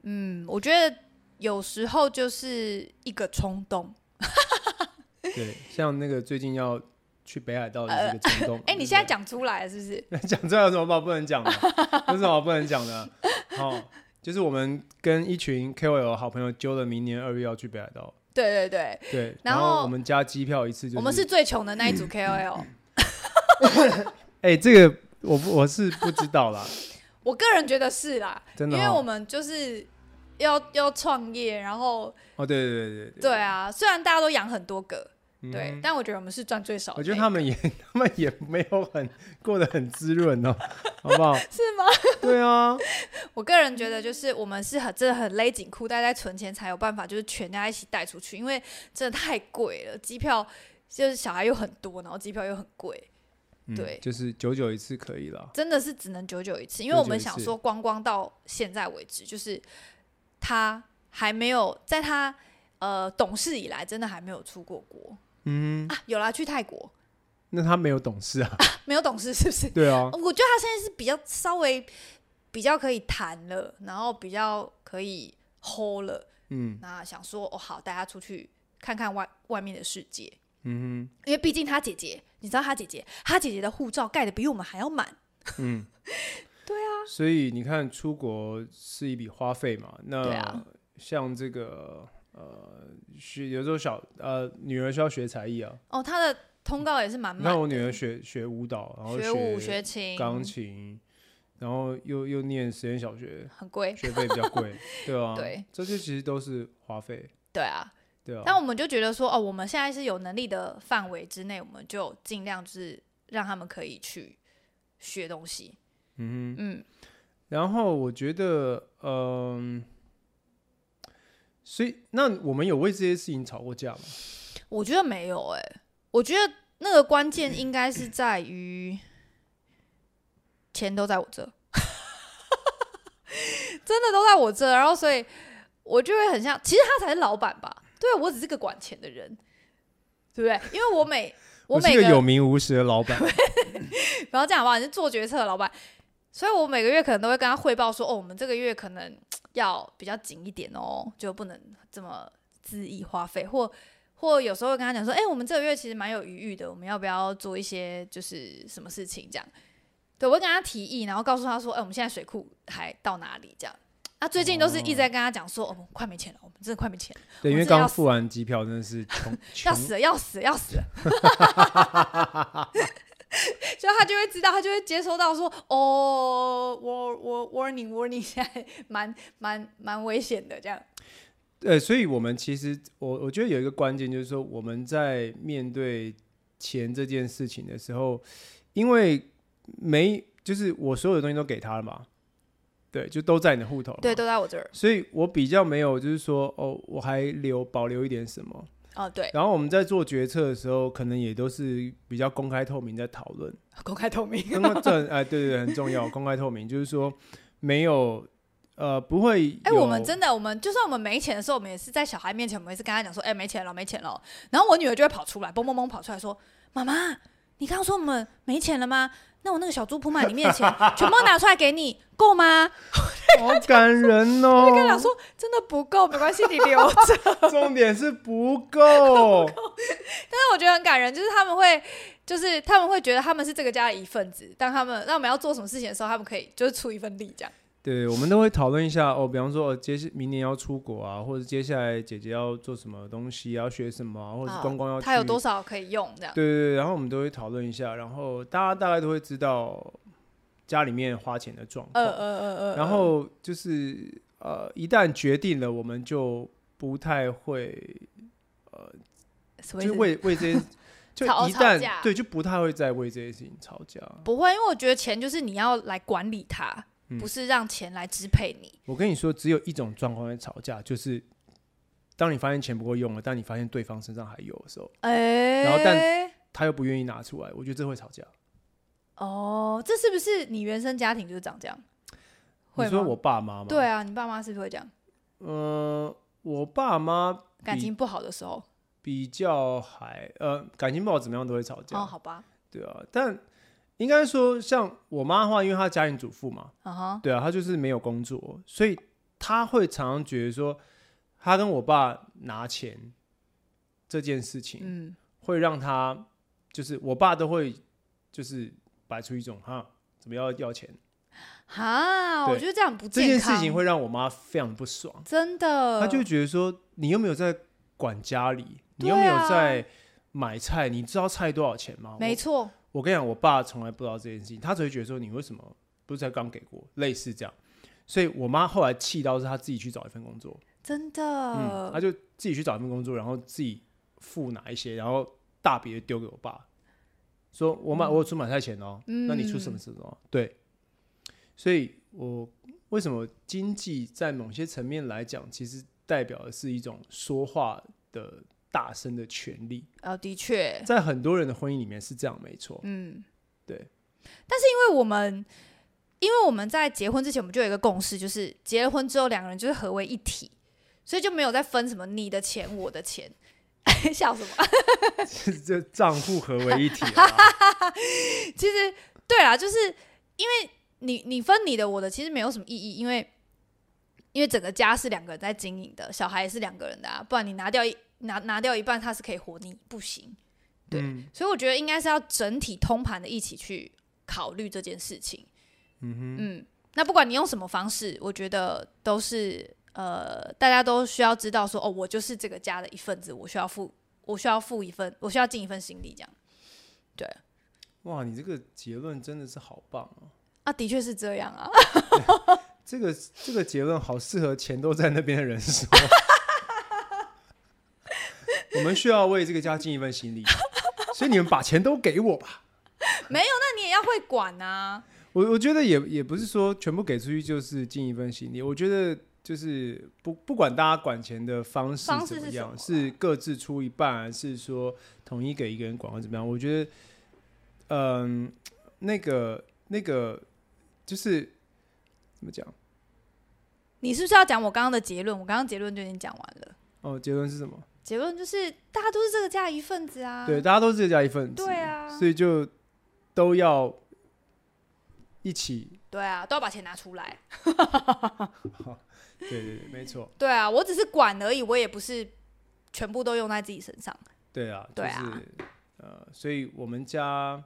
[SPEAKER 2] 嗯，我觉得有时候就是一个冲动。
[SPEAKER 1] 对，像那个最近要去北海道的这个冲动，
[SPEAKER 2] 哎、
[SPEAKER 1] 对不
[SPEAKER 2] 你现在
[SPEAKER 1] 对
[SPEAKER 2] 讲出来了是 不是？
[SPEAKER 1] 讲这有什么好不能讲的？ 有什么好不能讲的？哦，就是我们跟一群 KOL 好朋友揪了明年二月要去北海道，
[SPEAKER 2] 对对对，
[SPEAKER 1] 对，
[SPEAKER 2] 然
[SPEAKER 1] 然
[SPEAKER 2] 后
[SPEAKER 1] 我们加机票一次就是，
[SPEAKER 2] 我们是最穷的那一组 KOL。
[SPEAKER 1] 哎、这个我不我是不知道啦，
[SPEAKER 2] 我个人觉得是啦，
[SPEAKER 1] 真的哦
[SPEAKER 2] 因为我们就是要要创业，然后
[SPEAKER 1] 哦，对对对对
[SPEAKER 2] 对啊，虽然大家都养很多个，
[SPEAKER 1] 对
[SPEAKER 2] 对，
[SPEAKER 1] 嗯
[SPEAKER 2] 但我觉得我们是赚最少的欸那
[SPEAKER 1] 我
[SPEAKER 2] 一
[SPEAKER 1] 觉得他
[SPEAKER 2] 个。
[SPEAKER 1] 们也 他们也没有很过得很滋润哦，好不好？
[SPEAKER 2] 是吗？
[SPEAKER 1] 对啊，
[SPEAKER 2] 我个人觉得，就是我们是很真的很勒紧裤带在存钱，才有办法就是全家一起带出去，因为真的太贵了，机票就是小孩又很多，然后机票又很贵，
[SPEAKER 1] 嗯
[SPEAKER 2] 对
[SPEAKER 1] 就是久久一次可以了。
[SPEAKER 2] 真的是只能久久一次。因为我们想
[SPEAKER 1] 久久
[SPEAKER 2] 说，光光到现在为止，就是他还没有在他呃懂事以来，真的还没有出过国
[SPEAKER 1] 嗯，
[SPEAKER 2] 啊，有啦，去泰国
[SPEAKER 1] 那他没有懂事啊，
[SPEAKER 2] 没有懂事是不是？
[SPEAKER 1] 对啊，
[SPEAKER 2] 我觉得他现在是比较稍微比较可以谈了，然后比较可以 hold 了。
[SPEAKER 1] 嗯
[SPEAKER 2] 那想说哦好，带他出去看看外外面的世界，
[SPEAKER 1] 嗯
[SPEAKER 2] 因为毕竟他姐姐，你知道他姐姐，他姐姐的护照盖的比我们还要满，
[SPEAKER 1] 哼嗯，对啊。所以你看，出国是一笔花费嘛，
[SPEAKER 2] 对
[SPEAKER 1] 那
[SPEAKER 2] 啊
[SPEAKER 1] 像这个呃，学有时候小呃女儿需要学才艺啊，
[SPEAKER 2] 哦，他的通告也是满
[SPEAKER 1] 你看
[SPEAKER 2] 满，
[SPEAKER 1] 我女儿学学舞蹈，然后
[SPEAKER 2] 学舞学琴，
[SPEAKER 1] 钢琴，然后又又念实验小学，
[SPEAKER 2] 很贵，
[SPEAKER 1] 学费比较贵，对啊，
[SPEAKER 2] 对，
[SPEAKER 1] 这些其实都是花费，
[SPEAKER 2] 对啊，
[SPEAKER 1] 对啊。
[SPEAKER 2] 但我们就觉得说哦，我们现在是有能力的范围之内，我们就尽量就是让他们可以去学东西，
[SPEAKER 1] 嗯哼，
[SPEAKER 2] 嗯，
[SPEAKER 1] 然后我觉得，嗯、所以那我们有为这些事情吵过架吗？
[SPEAKER 2] 我觉得没有哎、我觉得那个关键应该是在于钱都在我这， 真的都在我这，然后所以我就会很像，其实他才是老板吧？对我只是个管钱的人，对不对？因为我每
[SPEAKER 1] 我
[SPEAKER 2] 每
[SPEAKER 1] 是个有名无实的老板，
[SPEAKER 2] 不要这样好不好？你是做决策的老板，所以我每个月可能都会跟他汇报说，哦，我们这个月可能要比较紧一点哦，就不能这么恣意花费，或或有时候会跟他讲说，哎、我们这个月其实蛮有余裕的，我们要不要做一些就是什么事情这样？对，我会跟他提议，然后告诉他说，哎、我们现在水库还到哪里这样？啊，最近都是一直在跟他讲说，哦，我们快没钱了，我们真的快没钱了，
[SPEAKER 1] 对，因为
[SPEAKER 2] 我真的要
[SPEAKER 1] 刚付完机票，真的是 穷
[SPEAKER 2] 要
[SPEAKER 1] 穷。
[SPEAKER 2] 死了，要死了，要死 了。所以他就会知道，他就会接收到说，哦，我我 warning warning，现在蛮蛮蛮危险的这样。
[SPEAKER 1] 对，呃所以我们其实我我觉得有一个关键就是说，我们在面对钱这件事情的时候，因为没就是我所有的东西都给他了嘛，对，就都在你的户头了嘛，
[SPEAKER 2] 对，都在我这儿。
[SPEAKER 1] 所以我比较没有，就是说，哦，我还留保留一点什么。
[SPEAKER 2] 哦，对，
[SPEAKER 1] 然后我们在做决策的时候，可能也都是比较公开透明在讨论。
[SPEAKER 2] 公开透 明。
[SPEAKER 1] 那么这哎，对对对，很 重要，公开透明，就是说没有呃，不会有。
[SPEAKER 2] 哎、我们真的，我们就算我们没钱的时候，我们也是在小孩面前，我们也是跟他讲说，哎、没钱了，没钱了。然后我女儿就会跑出来，蹦蹦蹦跑出来说，妈妈，你刚刚说我们没钱了吗？那我那个小猪铺满里面的钱全部拿出来给你，够吗？
[SPEAKER 1] 好感人
[SPEAKER 2] 我跟他讲
[SPEAKER 1] 哦。
[SPEAKER 2] 说，真的不够，没关系，你留着。
[SPEAKER 1] 重点是不够，
[SPEAKER 2] 但我觉得很感人，就是他们会，就是他们会觉得他们是这个家的一份子。当他们当我们要做什么事情的时候，他们可以就是出一份力这样。
[SPEAKER 1] 对，我们都会讨论一下哦，比方说哦接下明年要出国啊，或者接下来姐姐要做什么东西，要学什么啊，或者是
[SPEAKER 2] 啊
[SPEAKER 1] 光光要
[SPEAKER 2] 他有
[SPEAKER 1] 去
[SPEAKER 2] 多少可以用这样？
[SPEAKER 1] 对对对，然后我们都会讨论一下，然后大家大概都会知道家里面花钱的状况，
[SPEAKER 2] 呃呃呃呃。
[SPEAKER 1] 哦然后就是呃，一旦决定了，我们就不太会，就
[SPEAKER 2] 什么意
[SPEAKER 1] 是
[SPEAKER 2] 思
[SPEAKER 1] 为为这 些，就
[SPEAKER 2] 吵
[SPEAKER 1] 一
[SPEAKER 2] 吵
[SPEAKER 1] 旦
[SPEAKER 2] 架
[SPEAKER 1] 对就不太会再为这些事情吵架。
[SPEAKER 2] 不会，因为我觉得钱就是你要来管理它，
[SPEAKER 1] 嗯
[SPEAKER 2] 不是让钱来支配你。
[SPEAKER 1] 我跟你说，只有一种状况会吵架，就是当你发现钱不够用了，但你发现对方身上还有的时候，
[SPEAKER 2] 哎、
[SPEAKER 1] 然后但他又不愿意拿出来，我觉得这会吵架。
[SPEAKER 2] 哦，这是不是你原生家庭就是长这样？会
[SPEAKER 1] 你
[SPEAKER 2] 吗？
[SPEAKER 1] 说我爸妈吗？
[SPEAKER 2] 对，啊，你爸妈是不是会这样？
[SPEAKER 1] 嗯、我爸妈
[SPEAKER 2] 感
[SPEAKER 1] 比
[SPEAKER 2] 情不好的时候，
[SPEAKER 1] 比较还呃感情不好怎么样都会吵架，
[SPEAKER 2] 哦，好吧，
[SPEAKER 1] 对啊。但应该说，像我妈的话，因为她家庭主妇嘛，
[SPEAKER 2] 嗯哼，
[SPEAKER 1] 对啊，她就是没有工作，所以她会常常觉得说，她跟我爸拿钱这件事情
[SPEAKER 2] 嗯，
[SPEAKER 1] 会让她就是我爸都会就是摆出一种哈怎么要要钱
[SPEAKER 2] 哈，
[SPEAKER 1] 对
[SPEAKER 2] 我觉得这样不
[SPEAKER 1] 这
[SPEAKER 2] 健
[SPEAKER 1] 件
[SPEAKER 2] 康。呃
[SPEAKER 1] 事情会让我妈非常不爽。
[SPEAKER 2] 真的，
[SPEAKER 1] 他就觉得说，你又没有在管家里，你又
[SPEAKER 2] 对
[SPEAKER 1] 没有
[SPEAKER 2] 啊
[SPEAKER 1] 在买菜，你知道菜多少钱吗？
[SPEAKER 2] 没
[SPEAKER 1] 我
[SPEAKER 2] 错，
[SPEAKER 1] 我跟你讲，我爸从来不知道这件事情，他只会觉得说你为什么不是才刚给过，类似这样。所以我妈后来气到是她自己去找一份工作，
[SPEAKER 2] 真
[SPEAKER 1] 嗯，
[SPEAKER 2] 的，
[SPEAKER 1] 她就自己去找一份工作，然后自己付哪一些，然后大笔的丢给我爸，说我买、我有出买菜钱哦，那你出什么什么？对，所以我为什么经济在某些层面来讲，其实代表的是一种说话的大声的权利，
[SPEAKER 2] 呃，的确，
[SPEAKER 1] 在很多人的婚姻里面是这样，没错，
[SPEAKER 2] 嗯，
[SPEAKER 1] 对。
[SPEAKER 2] 但是因为我们，因为我们在结婚之前，我们就有一个共识，就是结了婚之后两个人就是合为一体，所以就没有再分什么你的钱、我的钱。 笑什么？
[SPEAKER 1] 这账户合为一体啊，
[SPEAKER 2] 其实对啦，就是因为你你分你的我的，其实没有什么意义，因为因为整个家是两个人在经营的，小孩也是两个人的啊，不然你拿掉一拿拿掉一半，他是可以活，你不行。对
[SPEAKER 1] 嗯
[SPEAKER 2] 所以我觉得应该是要整体通盘的一起去考虑这件事情。嗯嗯，那不管你用什么方式，我觉得都是呃，大家都需要知道说，哦，我就是这个家的一份子，我需要付，我需要付一份，我需要尽一份心力，这样
[SPEAKER 1] 哇，你这个结论真的是好棒哦！
[SPEAKER 2] 啊，的确是这样啊。
[SPEAKER 1] 这个这个结论好适合钱都在那边的人 说。我们需要为这个家尽一份心力，所以你们把钱都给我吧。
[SPEAKER 2] 那你也要会管啊，
[SPEAKER 1] 我我觉得也也不是说全部给出去就是尽一份心力，我觉得就是不不管大家管钱的方式
[SPEAKER 2] 方
[SPEAKER 1] 怎
[SPEAKER 2] 式
[SPEAKER 1] 么
[SPEAKER 2] 是什
[SPEAKER 1] 样，
[SPEAKER 2] 么啊
[SPEAKER 1] 是
[SPEAKER 2] 啦
[SPEAKER 1] 各自出一半，还是说统一给一个人管，或怎么样？我觉得，嗯，那个那个就是怎么讲？
[SPEAKER 2] 你是不是要讲我刚刚的结论？我刚刚结论就已经讲完了，
[SPEAKER 1] 哦，结论是什么？
[SPEAKER 2] 结论就是大家都是这个家的一份子啊。
[SPEAKER 1] 对，大家都是这家一份子，
[SPEAKER 2] 对啊
[SPEAKER 1] 所以就都要一起。
[SPEAKER 2] 对啊，都要把钱拿出来。
[SPEAKER 1] 对对对，没错，
[SPEAKER 2] 对啊，我只是管而已，我也不是全部都用在自己身上。
[SPEAKER 1] 对啊，
[SPEAKER 2] 对啊
[SPEAKER 1] 就是、呃，所以我们家，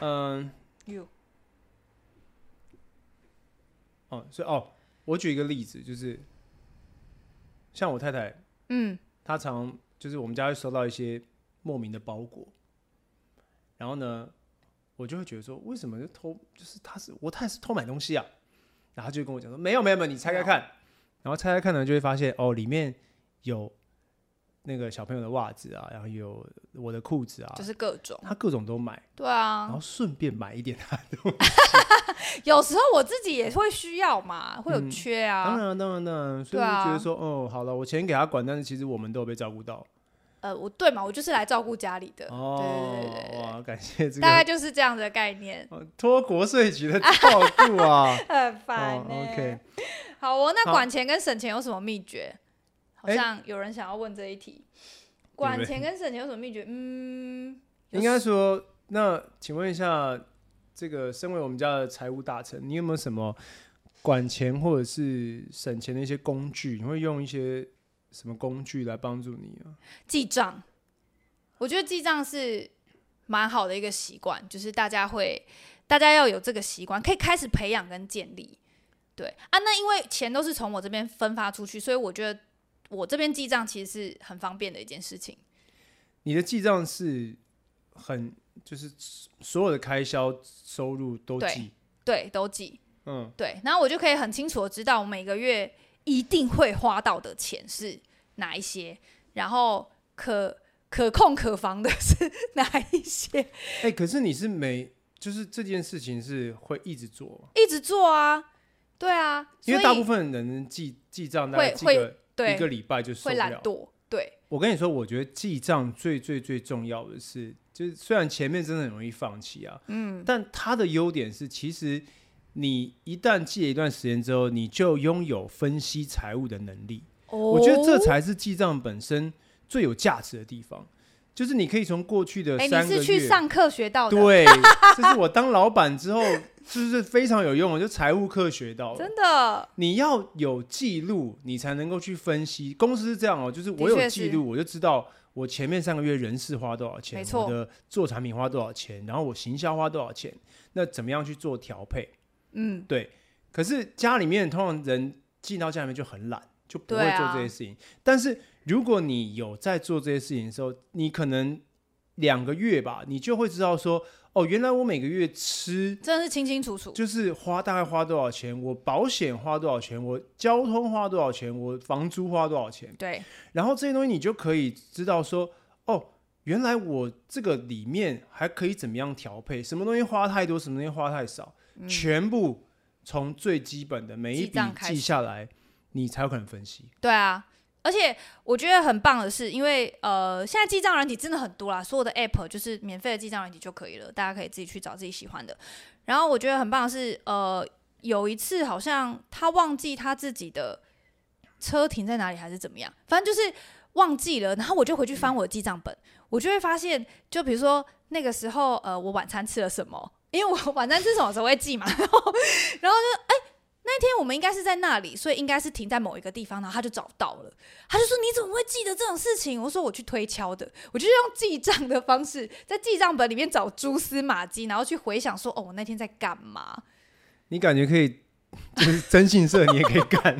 [SPEAKER 1] 嗯、
[SPEAKER 2] You
[SPEAKER 1] 哦，所以哦，我举一个例子，就是像我太太，
[SPEAKER 2] 嗯，
[SPEAKER 1] 她常就是我们家会收到一些莫名的包裹，然后呢，我就会觉得说，为什么就偷？就是她是我太太是偷买东西啊，然后她就跟我讲说，没有没有没有，你拆开看，然后拆开看呢，就会发现哦，里面有那个小朋友的袜子啊，然后有我的裤子啊，哦
[SPEAKER 2] 就是各种。
[SPEAKER 1] 她各种都买，
[SPEAKER 2] 对
[SPEAKER 1] 然
[SPEAKER 2] 啊，
[SPEAKER 1] 后顺便买一点她的东西
[SPEAKER 2] 有时候我自己也会需要嘛，会有
[SPEAKER 1] 嗯
[SPEAKER 2] 缺
[SPEAKER 1] 当
[SPEAKER 2] 啊。
[SPEAKER 1] 然啊，当然，当然，所以
[SPEAKER 2] 对
[SPEAKER 1] 我就觉
[SPEAKER 2] 啊
[SPEAKER 1] 得说，哦，好了，我钱给他管，但是其实我们都有被照顾到。
[SPEAKER 2] 呃，我对嘛，我就是来照顾家里的，
[SPEAKER 1] 哦，
[SPEAKER 2] 对对对对
[SPEAKER 1] 哇，感谢这
[SPEAKER 2] 大 概
[SPEAKER 1] 个
[SPEAKER 2] 就是这样的概念。
[SPEAKER 1] 哦托国税局的照顾 啊。
[SPEAKER 2] 很
[SPEAKER 1] 哦
[SPEAKER 2] 烦、欸
[SPEAKER 1] OK，
[SPEAKER 2] 好哦，那
[SPEAKER 1] 好
[SPEAKER 2] 管钱跟省钱有什么秘诀？好
[SPEAKER 1] 哎
[SPEAKER 2] 像有人想要问这一题，管钱跟省钱有什么秘诀？嗯，有
[SPEAKER 1] 应该说，那请问一下，这个身为我们家的财务大臣，你有没有什么管钱或者是省钱的一些工具？你会用一些什么工具来帮助你啊？
[SPEAKER 2] 记账，我觉得记账是蛮好的一个习惯，就是大家会，大家要有这个习惯，可以开始培养跟建立。对啊，那因为钱都是从我这边分发出去，所以我觉得我这边记账其实是很方便的一件事情。
[SPEAKER 1] 你的记账是很就是所有的开销、收入都
[SPEAKER 2] 对
[SPEAKER 1] 记，
[SPEAKER 2] 对，都记。
[SPEAKER 1] 嗯，
[SPEAKER 2] 对，然后我就可以很清楚的知道我每个月一定会花到的钱是哪一些，然后可可控可防的是 哪一些，
[SPEAKER 1] 哎、可是你是每就是这件事情是会一直做吗，
[SPEAKER 2] 一直做啊。对啊，
[SPEAKER 1] 因为
[SPEAKER 2] 所
[SPEAKER 1] 大
[SPEAKER 2] 以
[SPEAKER 1] 部分人记记账大
[SPEAKER 2] 会
[SPEAKER 1] 概记
[SPEAKER 2] 会
[SPEAKER 1] 个
[SPEAKER 2] 对
[SPEAKER 1] 一个礼拜就受
[SPEAKER 2] 会
[SPEAKER 1] 不
[SPEAKER 2] 懒
[SPEAKER 1] 了。
[SPEAKER 2] 惰，对，
[SPEAKER 1] 我跟你说，我觉得记账最最最重要的是，就是虽然前面真的很容易放弃啊，嗯，但它的优点是，其实你一旦记了一段时间之后，你就拥有分析财务的能力。
[SPEAKER 2] 我
[SPEAKER 1] 我觉得
[SPEAKER 2] 哦
[SPEAKER 1] 这才是记账本身最有价值的地方，就是你可以从过去的
[SPEAKER 2] 哎、
[SPEAKER 1] 三
[SPEAKER 2] 你
[SPEAKER 1] 个月，
[SPEAKER 2] 是去上课学到的，
[SPEAKER 1] 对，这是我当老板之后就是非常有用的，就财务课学到了。
[SPEAKER 2] 真的，
[SPEAKER 1] 你要有记录，你才能够去分析。公司是这样哦，就是我
[SPEAKER 2] 的确
[SPEAKER 1] 有记录，我就知道我前面三个月人事花多少钱
[SPEAKER 2] 没，错
[SPEAKER 1] 我的做产品花多少钱，然后我行销花多少钱，那怎么样去做调配？
[SPEAKER 2] 嗯，
[SPEAKER 1] 对。可是家里面通常人进到家里面就很懒，就不会
[SPEAKER 2] 对啊
[SPEAKER 1] 做这些事情。但是如果你有在做这些事情的时候，你可能两个月吧，你就会知道说，哦，原来我每个月吃
[SPEAKER 2] 真的是清清楚楚。
[SPEAKER 1] 就是花大概花多少钱，我保险花多少钱，我交通花多少钱，我房租花多少钱，
[SPEAKER 2] 对，
[SPEAKER 1] 然后这些东西你就可以知道说，哦，原来我这个里面还可以怎么样调配，什么东西花太多，什么东西花太少，
[SPEAKER 2] 嗯
[SPEAKER 1] 全部从最基本的每一
[SPEAKER 2] 记
[SPEAKER 1] 笔
[SPEAKER 2] 账开
[SPEAKER 1] 记
[SPEAKER 2] 始
[SPEAKER 1] 下来，你才有可能分析。
[SPEAKER 2] 对啊，而且我觉得很棒的是，因为呃，现在记账软体真的很多啦，所有的 app 就是免费的记账软体就可以了，大家可以自己去找自己喜欢的。然后我觉得很棒的是，呃，有一次好像他忘记他自己的车停在哪里，还是怎么样，反正就是忘记了。然后我就回去翻我的记账本，我就会发现，就比如说那个时候，呃，我晚餐吃了什么。因为我晚餐吃什么时候会记嘛，然后，然后就哎、那天我们应该是在那里，所以应该是停在某一个地方，然后他就找到了。他就说：“你怎么会记得这种事情？”我说：“我去推敲的，我就是用记账的方式，在记账本里面找蛛丝马迹，然后去回想说，哦，我那天在干嘛？
[SPEAKER 1] 你感觉可以，就是征信社你也可以 干。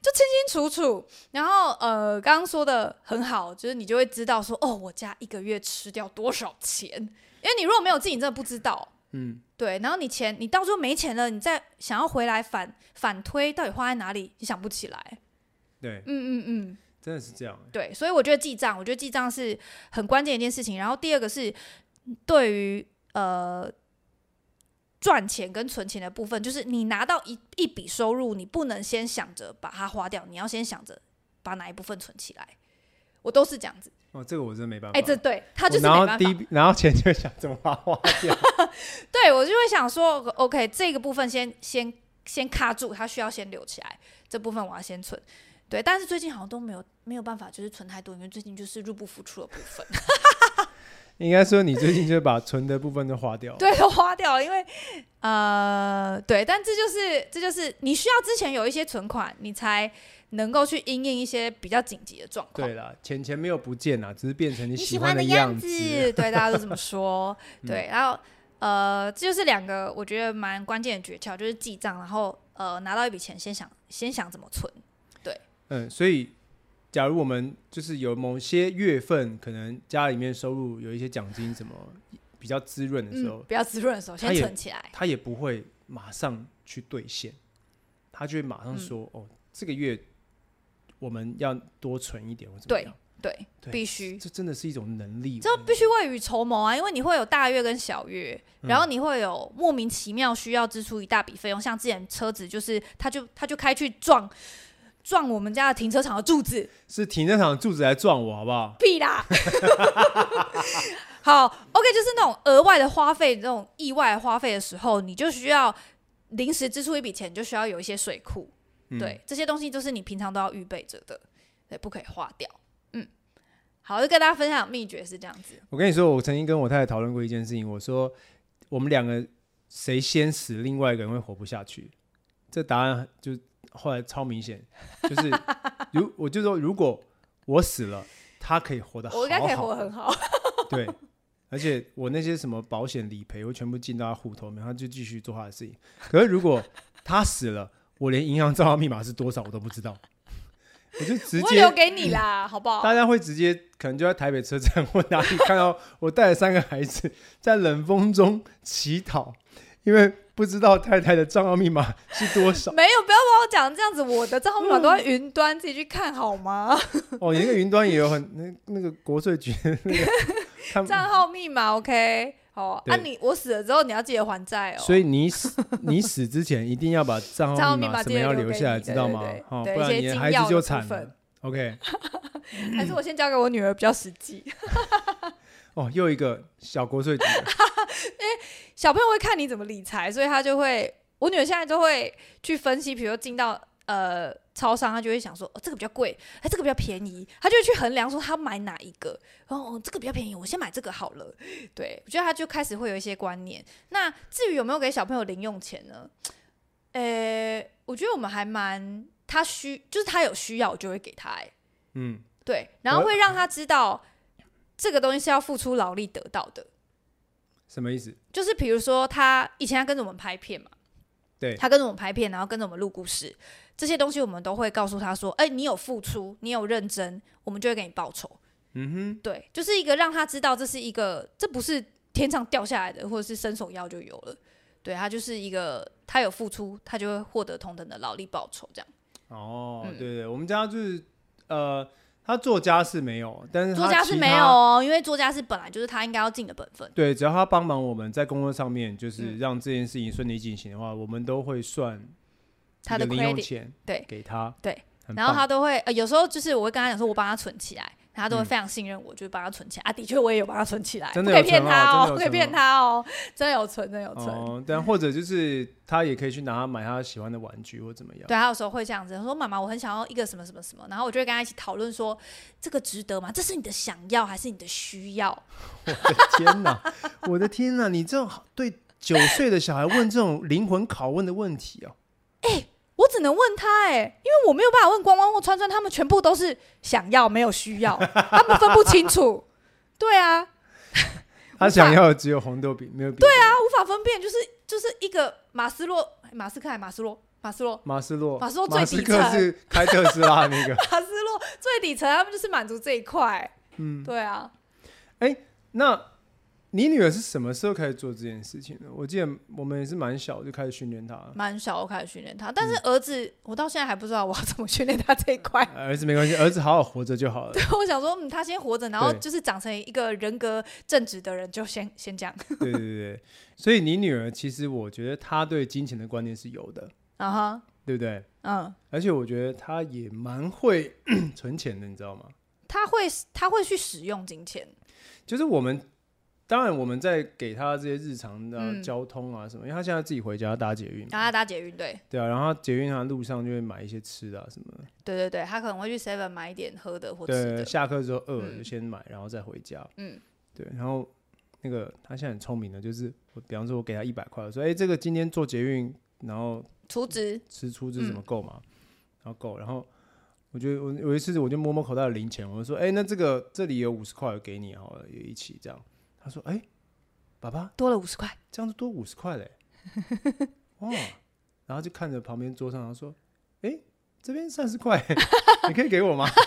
[SPEAKER 2] 就清清楚楚。然后呃，刚刚说的很好，就是你就会知道说，哦，我家一个月吃掉多少钱，因为你如果没有记，你真的不知道。
[SPEAKER 1] 嗯，
[SPEAKER 2] 对，然后你钱，你到最后没钱了，你再想要回来反反推，到底花在哪里，你想不起来。
[SPEAKER 1] 对，
[SPEAKER 2] 嗯嗯。嗯
[SPEAKER 1] 真的是这样。
[SPEAKER 2] 对，所以我觉得记账，我觉得记账是很关键的一件事情。然后第二个是对于呃赚钱跟存钱的部分，就是你拿到一一笔收入，你不能先想着把它花掉，你要先想着把哪一部分存起来。我都是这样子，
[SPEAKER 1] 哦，这个我真没办法。
[SPEAKER 2] 哎、这对他就是
[SPEAKER 1] 我
[SPEAKER 2] 没
[SPEAKER 1] 拿到
[SPEAKER 2] 办
[SPEAKER 1] 第
[SPEAKER 2] 法
[SPEAKER 1] 一。笔，拿到钱就想怎么花花 掉。
[SPEAKER 2] 对我就会想说，OK，这个部分先先先卡住，它需要先留起来，这部分我要先存。对，但是最近好像都没有没有办法，就是存太多，因为最近就是入不敷出的部分。
[SPEAKER 1] 应该说你最近就把存的部分都花掉。，
[SPEAKER 2] 对，都花掉了，因为呃，对，但这就是这就是你需要之前有一些存款，你才能够去因应一些比较紧急的状况。
[SPEAKER 1] 对啦，钱钱没有不见啦，只是变成你
[SPEAKER 2] 你喜
[SPEAKER 1] 欢
[SPEAKER 2] 欢的
[SPEAKER 1] 样嗯
[SPEAKER 2] 子，对， 大家都这么说。对，然后呃，这就是两个我觉得蛮关键的诀窍，就是记账，然后呃，拿到一笔钱，先想先想怎么存。
[SPEAKER 1] 嗯，所以假如我们就是有某些月份，可能家里面收入有一些奖金什么比较滋润的时候，
[SPEAKER 2] 嗯，比较滋润的时候，
[SPEAKER 1] 它
[SPEAKER 2] 先
[SPEAKER 1] 也
[SPEAKER 2] 存起来。
[SPEAKER 1] 他也不会马上去兑现，他就会马上说：“
[SPEAKER 2] 嗯
[SPEAKER 1] 哦，这个月我们要多存一点，或怎么
[SPEAKER 2] 对
[SPEAKER 1] 样。
[SPEAKER 2] 对，
[SPEAKER 1] 对
[SPEAKER 2] 必须”。
[SPEAKER 1] 这真的是一种能力。
[SPEAKER 2] 这必须未雨绸缪啊，因为你会有大月跟小月，
[SPEAKER 1] 嗯
[SPEAKER 2] 然后你会有莫名其妙需要支出一大笔费用，像之前车子就是，他就他就开去撞撞我们家的停车场的柱子，
[SPEAKER 1] 是停车场柱子来撞我，好不好？
[SPEAKER 2] 屁啦！ 好，OK，就是那种额外的花费，那种意外花费的时候，你就需要临时支出一笔钱，你就需要有一些水库，
[SPEAKER 1] 嗯、
[SPEAKER 2] 对，这些东西都是你平常都要预备着的，对，不可以花掉。嗯，好，就跟大家分享秘诀是这样子，
[SPEAKER 1] 我跟你说，我曾经跟我太太讨论过一件事情，我说我们两个谁先死，另外一个人会活不下去。这答案就后来超明显，就是 如我就说，如果我死了，他可以活呃得好好
[SPEAKER 2] 我应该可以活得很
[SPEAKER 1] 好
[SPEAKER 2] 好。
[SPEAKER 1] 对。而且我那些什么保险理赔，我全部进到他户头里面，他就继续做他的事情。可是如果他死了，我连银行账号密码是多少我都不知道，我就直
[SPEAKER 2] 我
[SPEAKER 1] 接嗯
[SPEAKER 2] 留给你啦，好不好？
[SPEAKER 1] 大家会直接可能就在台北车站或哪里看到我带了三个孩子在冷风中乞讨，因为不知道太太的账号密码是多 少。
[SPEAKER 2] 没有，不要把我讲这样子，我的账号密码都
[SPEAKER 1] 嗯
[SPEAKER 2] 在云端，自己去看 好吗？
[SPEAKER 1] 哦，你那个云端也有很那那个国税局 的那个看，
[SPEAKER 2] 账号密码 OK，好
[SPEAKER 1] 对
[SPEAKER 2] 啊你，我死了之后你要记得还债哦。
[SPEAKER 1] 所以你死你死之前一定要把账
[SPEAKER 2] 账
[SPEAKER 1] 号
[SPEAKER 2] 号密码
[SPEAKER 1] 什么要
[SPEAKER 2] 记
[SPEAKER 1] 留
[SPEAKER 2] 得留给
[SPEAKER 1] 下来，
[SPEAKER 2] 你
[SPEAKER 1] 知
[SPEAKER 2] 对
[SPEAKER 1] 道
[SPEAKER 2] 对
[SPEAKER 1] 吗
[SPEAKER 2] 对？
[SPEAKER 1] 好、
[SPEAKER 2] 对
[SPEAKER 1] 不
[SPEAKER 2] 一
[SPEAKER 1] 然
[SPEAKER 2] 些
[SPEAKER 1] 你的
[SPEAKER 2] 精
[SPEAKER 1] 孩子
[SPEAKER 2] 要的
[SPEAKER 1] 就
[SPEAKER 2] 部
[SPEAKER 1] 惨
[SPEAKER 2] 分
[SPEAKER 1] 了。OK，
[SPEAKER 2] 还是我先交给我女儿比较实际。
[SPEAKER 1] 哦，又一个小国税局的
[SPEAKER 2] 小朋友会看你怎么理财，所以他就会，我女儿现在都会去分析，比如说进到呃超商，她就会想说，哦，这个比较贵，哎，这个比较便宜，她就会去衡量说她买哪一个，然后哦，这个比较便宜，我先买这个好了。对，我觉得她就开始会有一些观念。那至于有没有给小朋友零用钱呢？呃，我觉得我们还蛮，他需就是他有需要，我就会给他、哎，
[SPEAKER 1] 嗯，
[SPEAKER 2] 对，然后会让他知道这个东西是要付出劳力得到的。
[SPEAKER 1] 什么意思？
[SPEAKER 2] 就是比如说他以前他跟着我们拍片嘛，
[SPEAKER 1] 对
[SPEAKER 2] 他跟着我们拍片，然后跟着我们录故事，这些东西我们都会告诉他说，哎、你有付出，你有认真，我们就会给你报酬。
[SPEAKER 1] 嗯
[SPEAKER 2] 对，就是一个让他知道这是一个，这不是天上掉下来的，或者是伸手要就有了。对他就是一个，他有付出，他就会获得同等的劳力报酬，这样。
[SPEAKER 1] 哼，哦，
[SPEAKER 2] 嗯
[SPEAKER 1] 对对，我们家就是呃，他做家事没有，但是
[SPEAKER 2] 作
[SPEAKER 1] 他
[SPEAKER 2] 家
[SPEAKER 1] 其
[SPEAKER 2] 是没有
[SPEAKER 1] 他
[SPEAKER 2] 哦，因为作家是本来就是他应该要尽的本分。
[SPEAKER 1] 对，只要他帮忙我们在工作上面，就是
[SPEAKER 2] 嗯
[SPEAKER 1] 让这件事情顺利进行的话，我们都会算
[SPEAKER 2] 他
[SPEAKER 1] 一
[SPEAKER 2] 的
[SPEAKER 1] 个零用
[SPEAKER 2] credit
[SPEAKER 1] 钱，
[SPEAKER 2] 对
[SPEAKER 1] 给他，
[SPEAKER 2] 对
[SPEAKER 1] 很棒，
[SPEAKER 2] 然后他都会、呃，有时候就是我会跟他讲说，我帮他存起来，他都会
[SPEAKER 1] 嗯
[SPEAKER 2] 非常信任我，就帮他存起来啊。的确，我也有帮他存起来，
[SPEAKER 1] 真
[SPEAKER 2] 不
[SPEAKER 1] 的
[SPEAKER 2] 可以
[SPEAKER 1] 有
[SPEAKER 2] 骗
[SPEAKER 1] 存
[SPEAKER 2] 他
[SPEAKER 1] 哦
[SPEAKER 2] 哦，
[SPEAKER 1] 真的有
[SPEAKER 2] 不可以
[SPEAKER 1] 存
[SPEAKER 2] 骗
[SPEAKER 1] 哦
[SPEAKER 2] 他哦，真的有存，真的有存。嗯
[SPEAKER 1] 哦，但或者就是他也可以去拿他买他喜欢的玩具或怎么样，
[SPEAKER 2] 对，他有时候会这样子，他说：“妈妈，我很想要一个什么什么什么。”然后我就会跟他一起讨论说：“这个值得吗？这是你的想要还是你的需要
[SPEAKER 1] 我的天哪，我的天哪，你这种对九岁的小孩问这种灵魂拷问的问题哦，？”
[SPEAKER 2] 我只能问他、哎，因为我没有办法问光光或川川，他们全部都是想要，没有需要，他们分不清楚。对啊，啊，
[SPEAKER 1] 他想要的只有红豆饼，没有对啊，
[SPEAKER 2] 无法分辨，就是就是一个马斯洛，马斯克还马斯洛，马斯洛，
[SPEAKER 1] 马斯洛，
[SPEAKER 2] 马斯洛最
[SPEAKER 1] 马斯
[SPEAKER 2] 底
[SPEAKER 1] 克
[SPEAKER 2] 层
[SPEAKER 1] 是开特斯拉的那个，
[SPEAKER 2] 马斯洛最底层，他们就是满足这一块。
[SPEAKER 1] 嗯，
[SPEAKER 2] 对啊，
[SPEAKER 1] 那。你女儿是什么时候开始做这件事情的？我记得我们也是蛮小就开始训练她了。
[SPEAKER 2] 蛮小我开始训练他，但
[SPEAKER 1] 嗯
[SPEAKER 2] 是儿子，我到现在还不知道我要怎么训练他这一块。
[SPEAKER 1] 儿子没关系，儿子好好活着就好了。
[SPEAKER 2] 对，我想说，嗯，他先活着，然后
[SPEAKER 1] 对
[SPEAKER 2] 就是长成一个人格正直的人，就先先这样。
[SPEAKER 1] 对对对对，所以你女儿其实我觉得她对金钱的观念是有的，
[SPEAKER 2] 啊哈，
[SPEAKER 1] 对不对？
[SPEAKER 2] 嗯，
[SPEAKER 1] 而且我觉得她也蛮会 存钱的，你知道吗？
[SPEAKER 2] 他会他会去使用金钱，
[SPEAKER 1] 就是我们当然我们在给她这些日常的、
[SPEAKER 2] 嗯啊
[SPEAKER 1] 交通啊什么，因为她现在自己回家搭捷运嘛，
[SPEAKER 2] 然后他搭捷运，对
[SPEAKER 1] 对啊，然后她捷运她路上就会买一些吃的啊什么的，
[SPEAKER 2] 对对对，他可能会去 Seven 买一点喝的或吃
[SPEAKER 1] 对，
[SPEAKER 2] 的，
[SPEAKER 1] 下课之后饿了
[SPEAKER 2] 嗯
[SPEAKER 1] 就先买，然后再回家，
[SPEAKER 2] 嗯，
[SPEAKER 1] 对，然后。那个她现在很聪明的，就是我，比方说，我给她一百块，我说，哎、这个今天坐捷运，然后
[SPEAKER 2] 储值，
[SPEAKER 1] 吃出这
[SPEAKER 2] 嗯
[SPEAKER 1] 怎么够嘛，然后够，然后我就我有一次我就摸摸口袋的零钱，我就说，哎、那这个这里有五十块，我给你好了，也一起这样。他说，哎、爸爸，
[SPEAKER 2] 多了五十块，
[SPEAKER 1] 这样子多五十 块嘞，哇！然后就看着旁边桌上，然后说，哎、这边三十块， 你可以给我吗？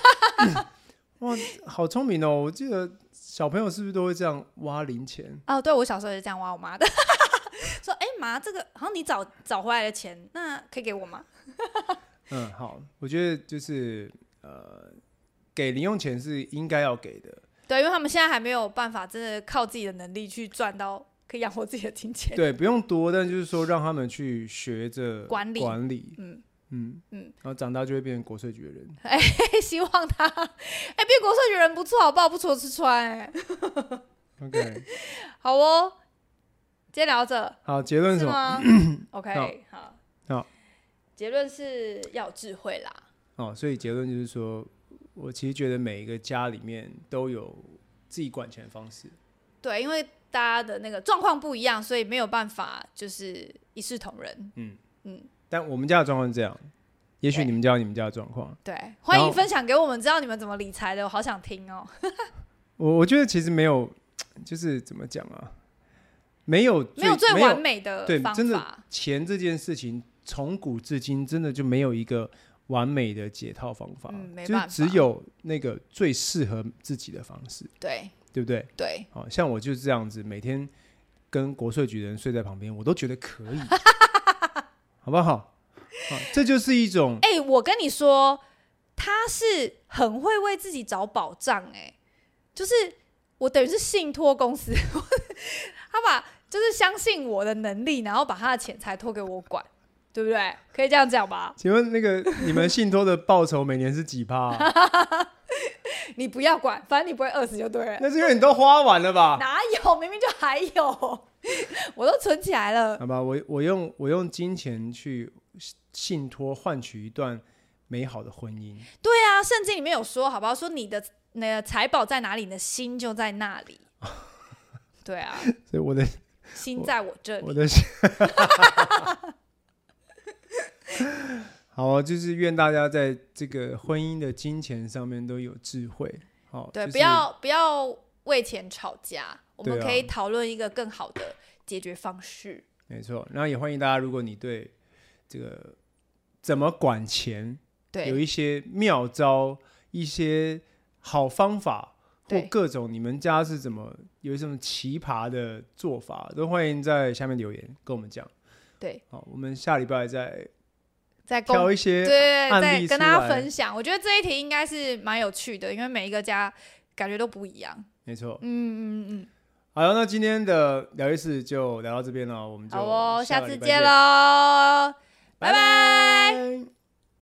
[SPEAKER 1] 哇，好聪明哦！我记得小朋友是不是都会这样挖零钱？
[SPEAKER 2] 哦，对我小时候也是这样挖我妈的， 说，哎妈，这个好像你找找回来的钱，那可以给我吗？
[SPEAKER 1] 嗯，好，我觉得就是呃，给零用钱是应该要给的，
[SPEAKER 2] 对，因为他们现在还没有办法真的靠自己的能力去赚到可以养活自己的金钱。
[SPEAKER 1] 对，不用多，但就是说让他们去学着
[SPEAKER 2] 管理
[SPEAKER 1] 管理，
[SPEAKER 2] 嗯，
[SPEAKER 1] 嗯
[SPEAKER 2] 嗯
[SPEAKER 1] 然后长大就会变成国税局的 人。
[SPEAKER 2] 希望他，哎、变国税局人不错，好不好？不愁吃穿、哎，
[SPEAKER 1] OK，
[SPEAKER 2] 好哦，今天聊到这，
[SPEAKER 1] 好，结论是什
[SPEAKER 2] 是
[SPEAKER 1] 么？
[SPEAKER 2] 吗？OK，好，
[SPEAKER 1] 好
[SPEAKER 2] 结论是要有智慧啦，
[SPEAKER 1] 哦，所以结论就是说，我其实觉得每一个家里面都有自己管钱的方式。
[SPEAKER 2] 对，因为大家的那个状况不一样，所以没有办法就是一视同仁。
[SPEAKER 1] 但我们家的状况是这样，也许
[SPEAKER 2] 对
[SPEAKER 1] 你们家有你们家的状况。
[SPEAKER 2] 对，欢
[SPEAKER 1] 然
[SPEAKER 2] 迎
[SPEAKER 1] 后
[SPEAKER 2] 分享给我们，知道你们怎么理财的，我好想听哦。
[SPEAKER 1] 我我觉得其实没有，就是怎么讲啊，没有最
[SPEAKER 2] 没有最
[SPEAKER 1] 没有
[SPEAKER 2] 完美的
[SPEAKER 1] 对
[SPEAKER 2] 方
[SPEAKER 1] 真的
[SPEAKER 2] 法，
[SPEAKER 1] 钱这件事情，从古至今真的就没有一个完美的解套方法，
[SPEAKER 2] 嗯没
[SPEAKER 1] 就是
[SPEAKER 2] 办
[SPEAKER 1] 只
[SPEAKER 2] 法
[SPEAKER 1] 有那个最适合自己的方式，
[SPEAKER 2] 对
[SPEAKER 1] 对不对？
[SPEAKER 2] 对，
[SPEAKER 1] 好、像我就是这样子，每天跟国税局的人睡在旁边，我都觉得可以，好不好？好这就是一种
[SPEAKER 2] 哎、我跟你说，他是很会为自己找保障、哎，就是我等于是信托公司， 他把就是相信我的能力，然后把他的钱财托给我管，对不对？可以这样讲吧？
[SPEAKER 1] 请问那个你们信托的报酬每年是几趴、啊？
[SPEAKER 2] 你不要管，反正你不会饿死就对了。
[SPEAKER 1] 那是因为你都花完了吧？
[SPEAKER 2] 哪有？明明就还有， 我都存起来了。
[SPEAKER 1] 好吧，我我用我用金钱去信托换取一段美好的婚姻。
[SPEAKER 2] 对啊，圣经里面有说，好不好？说你的那个财宝在哪里，你的心就在那里。对啊，
[SPEAKER 1] 所以我的
[SPEAKER 2] 心在我这里。
[SPEAKER 1] 我的， 好，就是愿大家在这个婚姻的金钱上面都有智慧。好，
[SPEAKER 2] 对，
[SPEAKER 1] 就是
[SPEAKER 2] 不要不要为钱吵架，我们
[SPEAKER 1] 对啊
[SPEAKER 2] 可以讨论一个更好的解决方式。
[SPEAKER 1] 没错。然后也欢迎大家，如果你对这个怎么管钱有
[SPEAKER 2] 对
[SPEAKER 1] 一些妙招、一些好方法，或
[SPEAKER 2] 对
[SPEAKER 1] 各种你们家是怎么有什么奇葩的做法，都欢迎在下面留言跟我们讲。
[SPEAKER 2] 对，
[SPEAKER 1] 好，我们下礼拜再
[SPEAKER 2] 在公
[SPEAKER 1] 挑一些
[SPEAKER 2] 对，
[SPEAKER 1] 案
[SPEAKER 2] 再
[SPEAKER 1] 例
[SPEAKER 2] 跟
[SPEAKER 1] 出
[SPEAKER 2] 大家
[SPEAKER 1] 来
[SPEAKER 2] 分享。我觉得这一题应该是蛮有趣的，因为每一个家感觉都不一样。
[SPEAKER 1] 没错。
[SPEAKER 2] 嗯嗯
[SPEAKER 1] 好了，那今天的疗愈室就聊到这边了，我们
[SPEAKER 2] 嗯，
[SPEAKER 1] 就
[SPEAKER 2] 好哦，
[SPEAKER 1] 下
[SPEAKER 2] 下
[SPEAKER 1] 个
[SPEAKER 2] 次
[SPEAKER 1] 礼拜
[SPEAKER 2] 见喽，拜
[SPEAKER 1] 拜
[SPEAKER 2] 拜。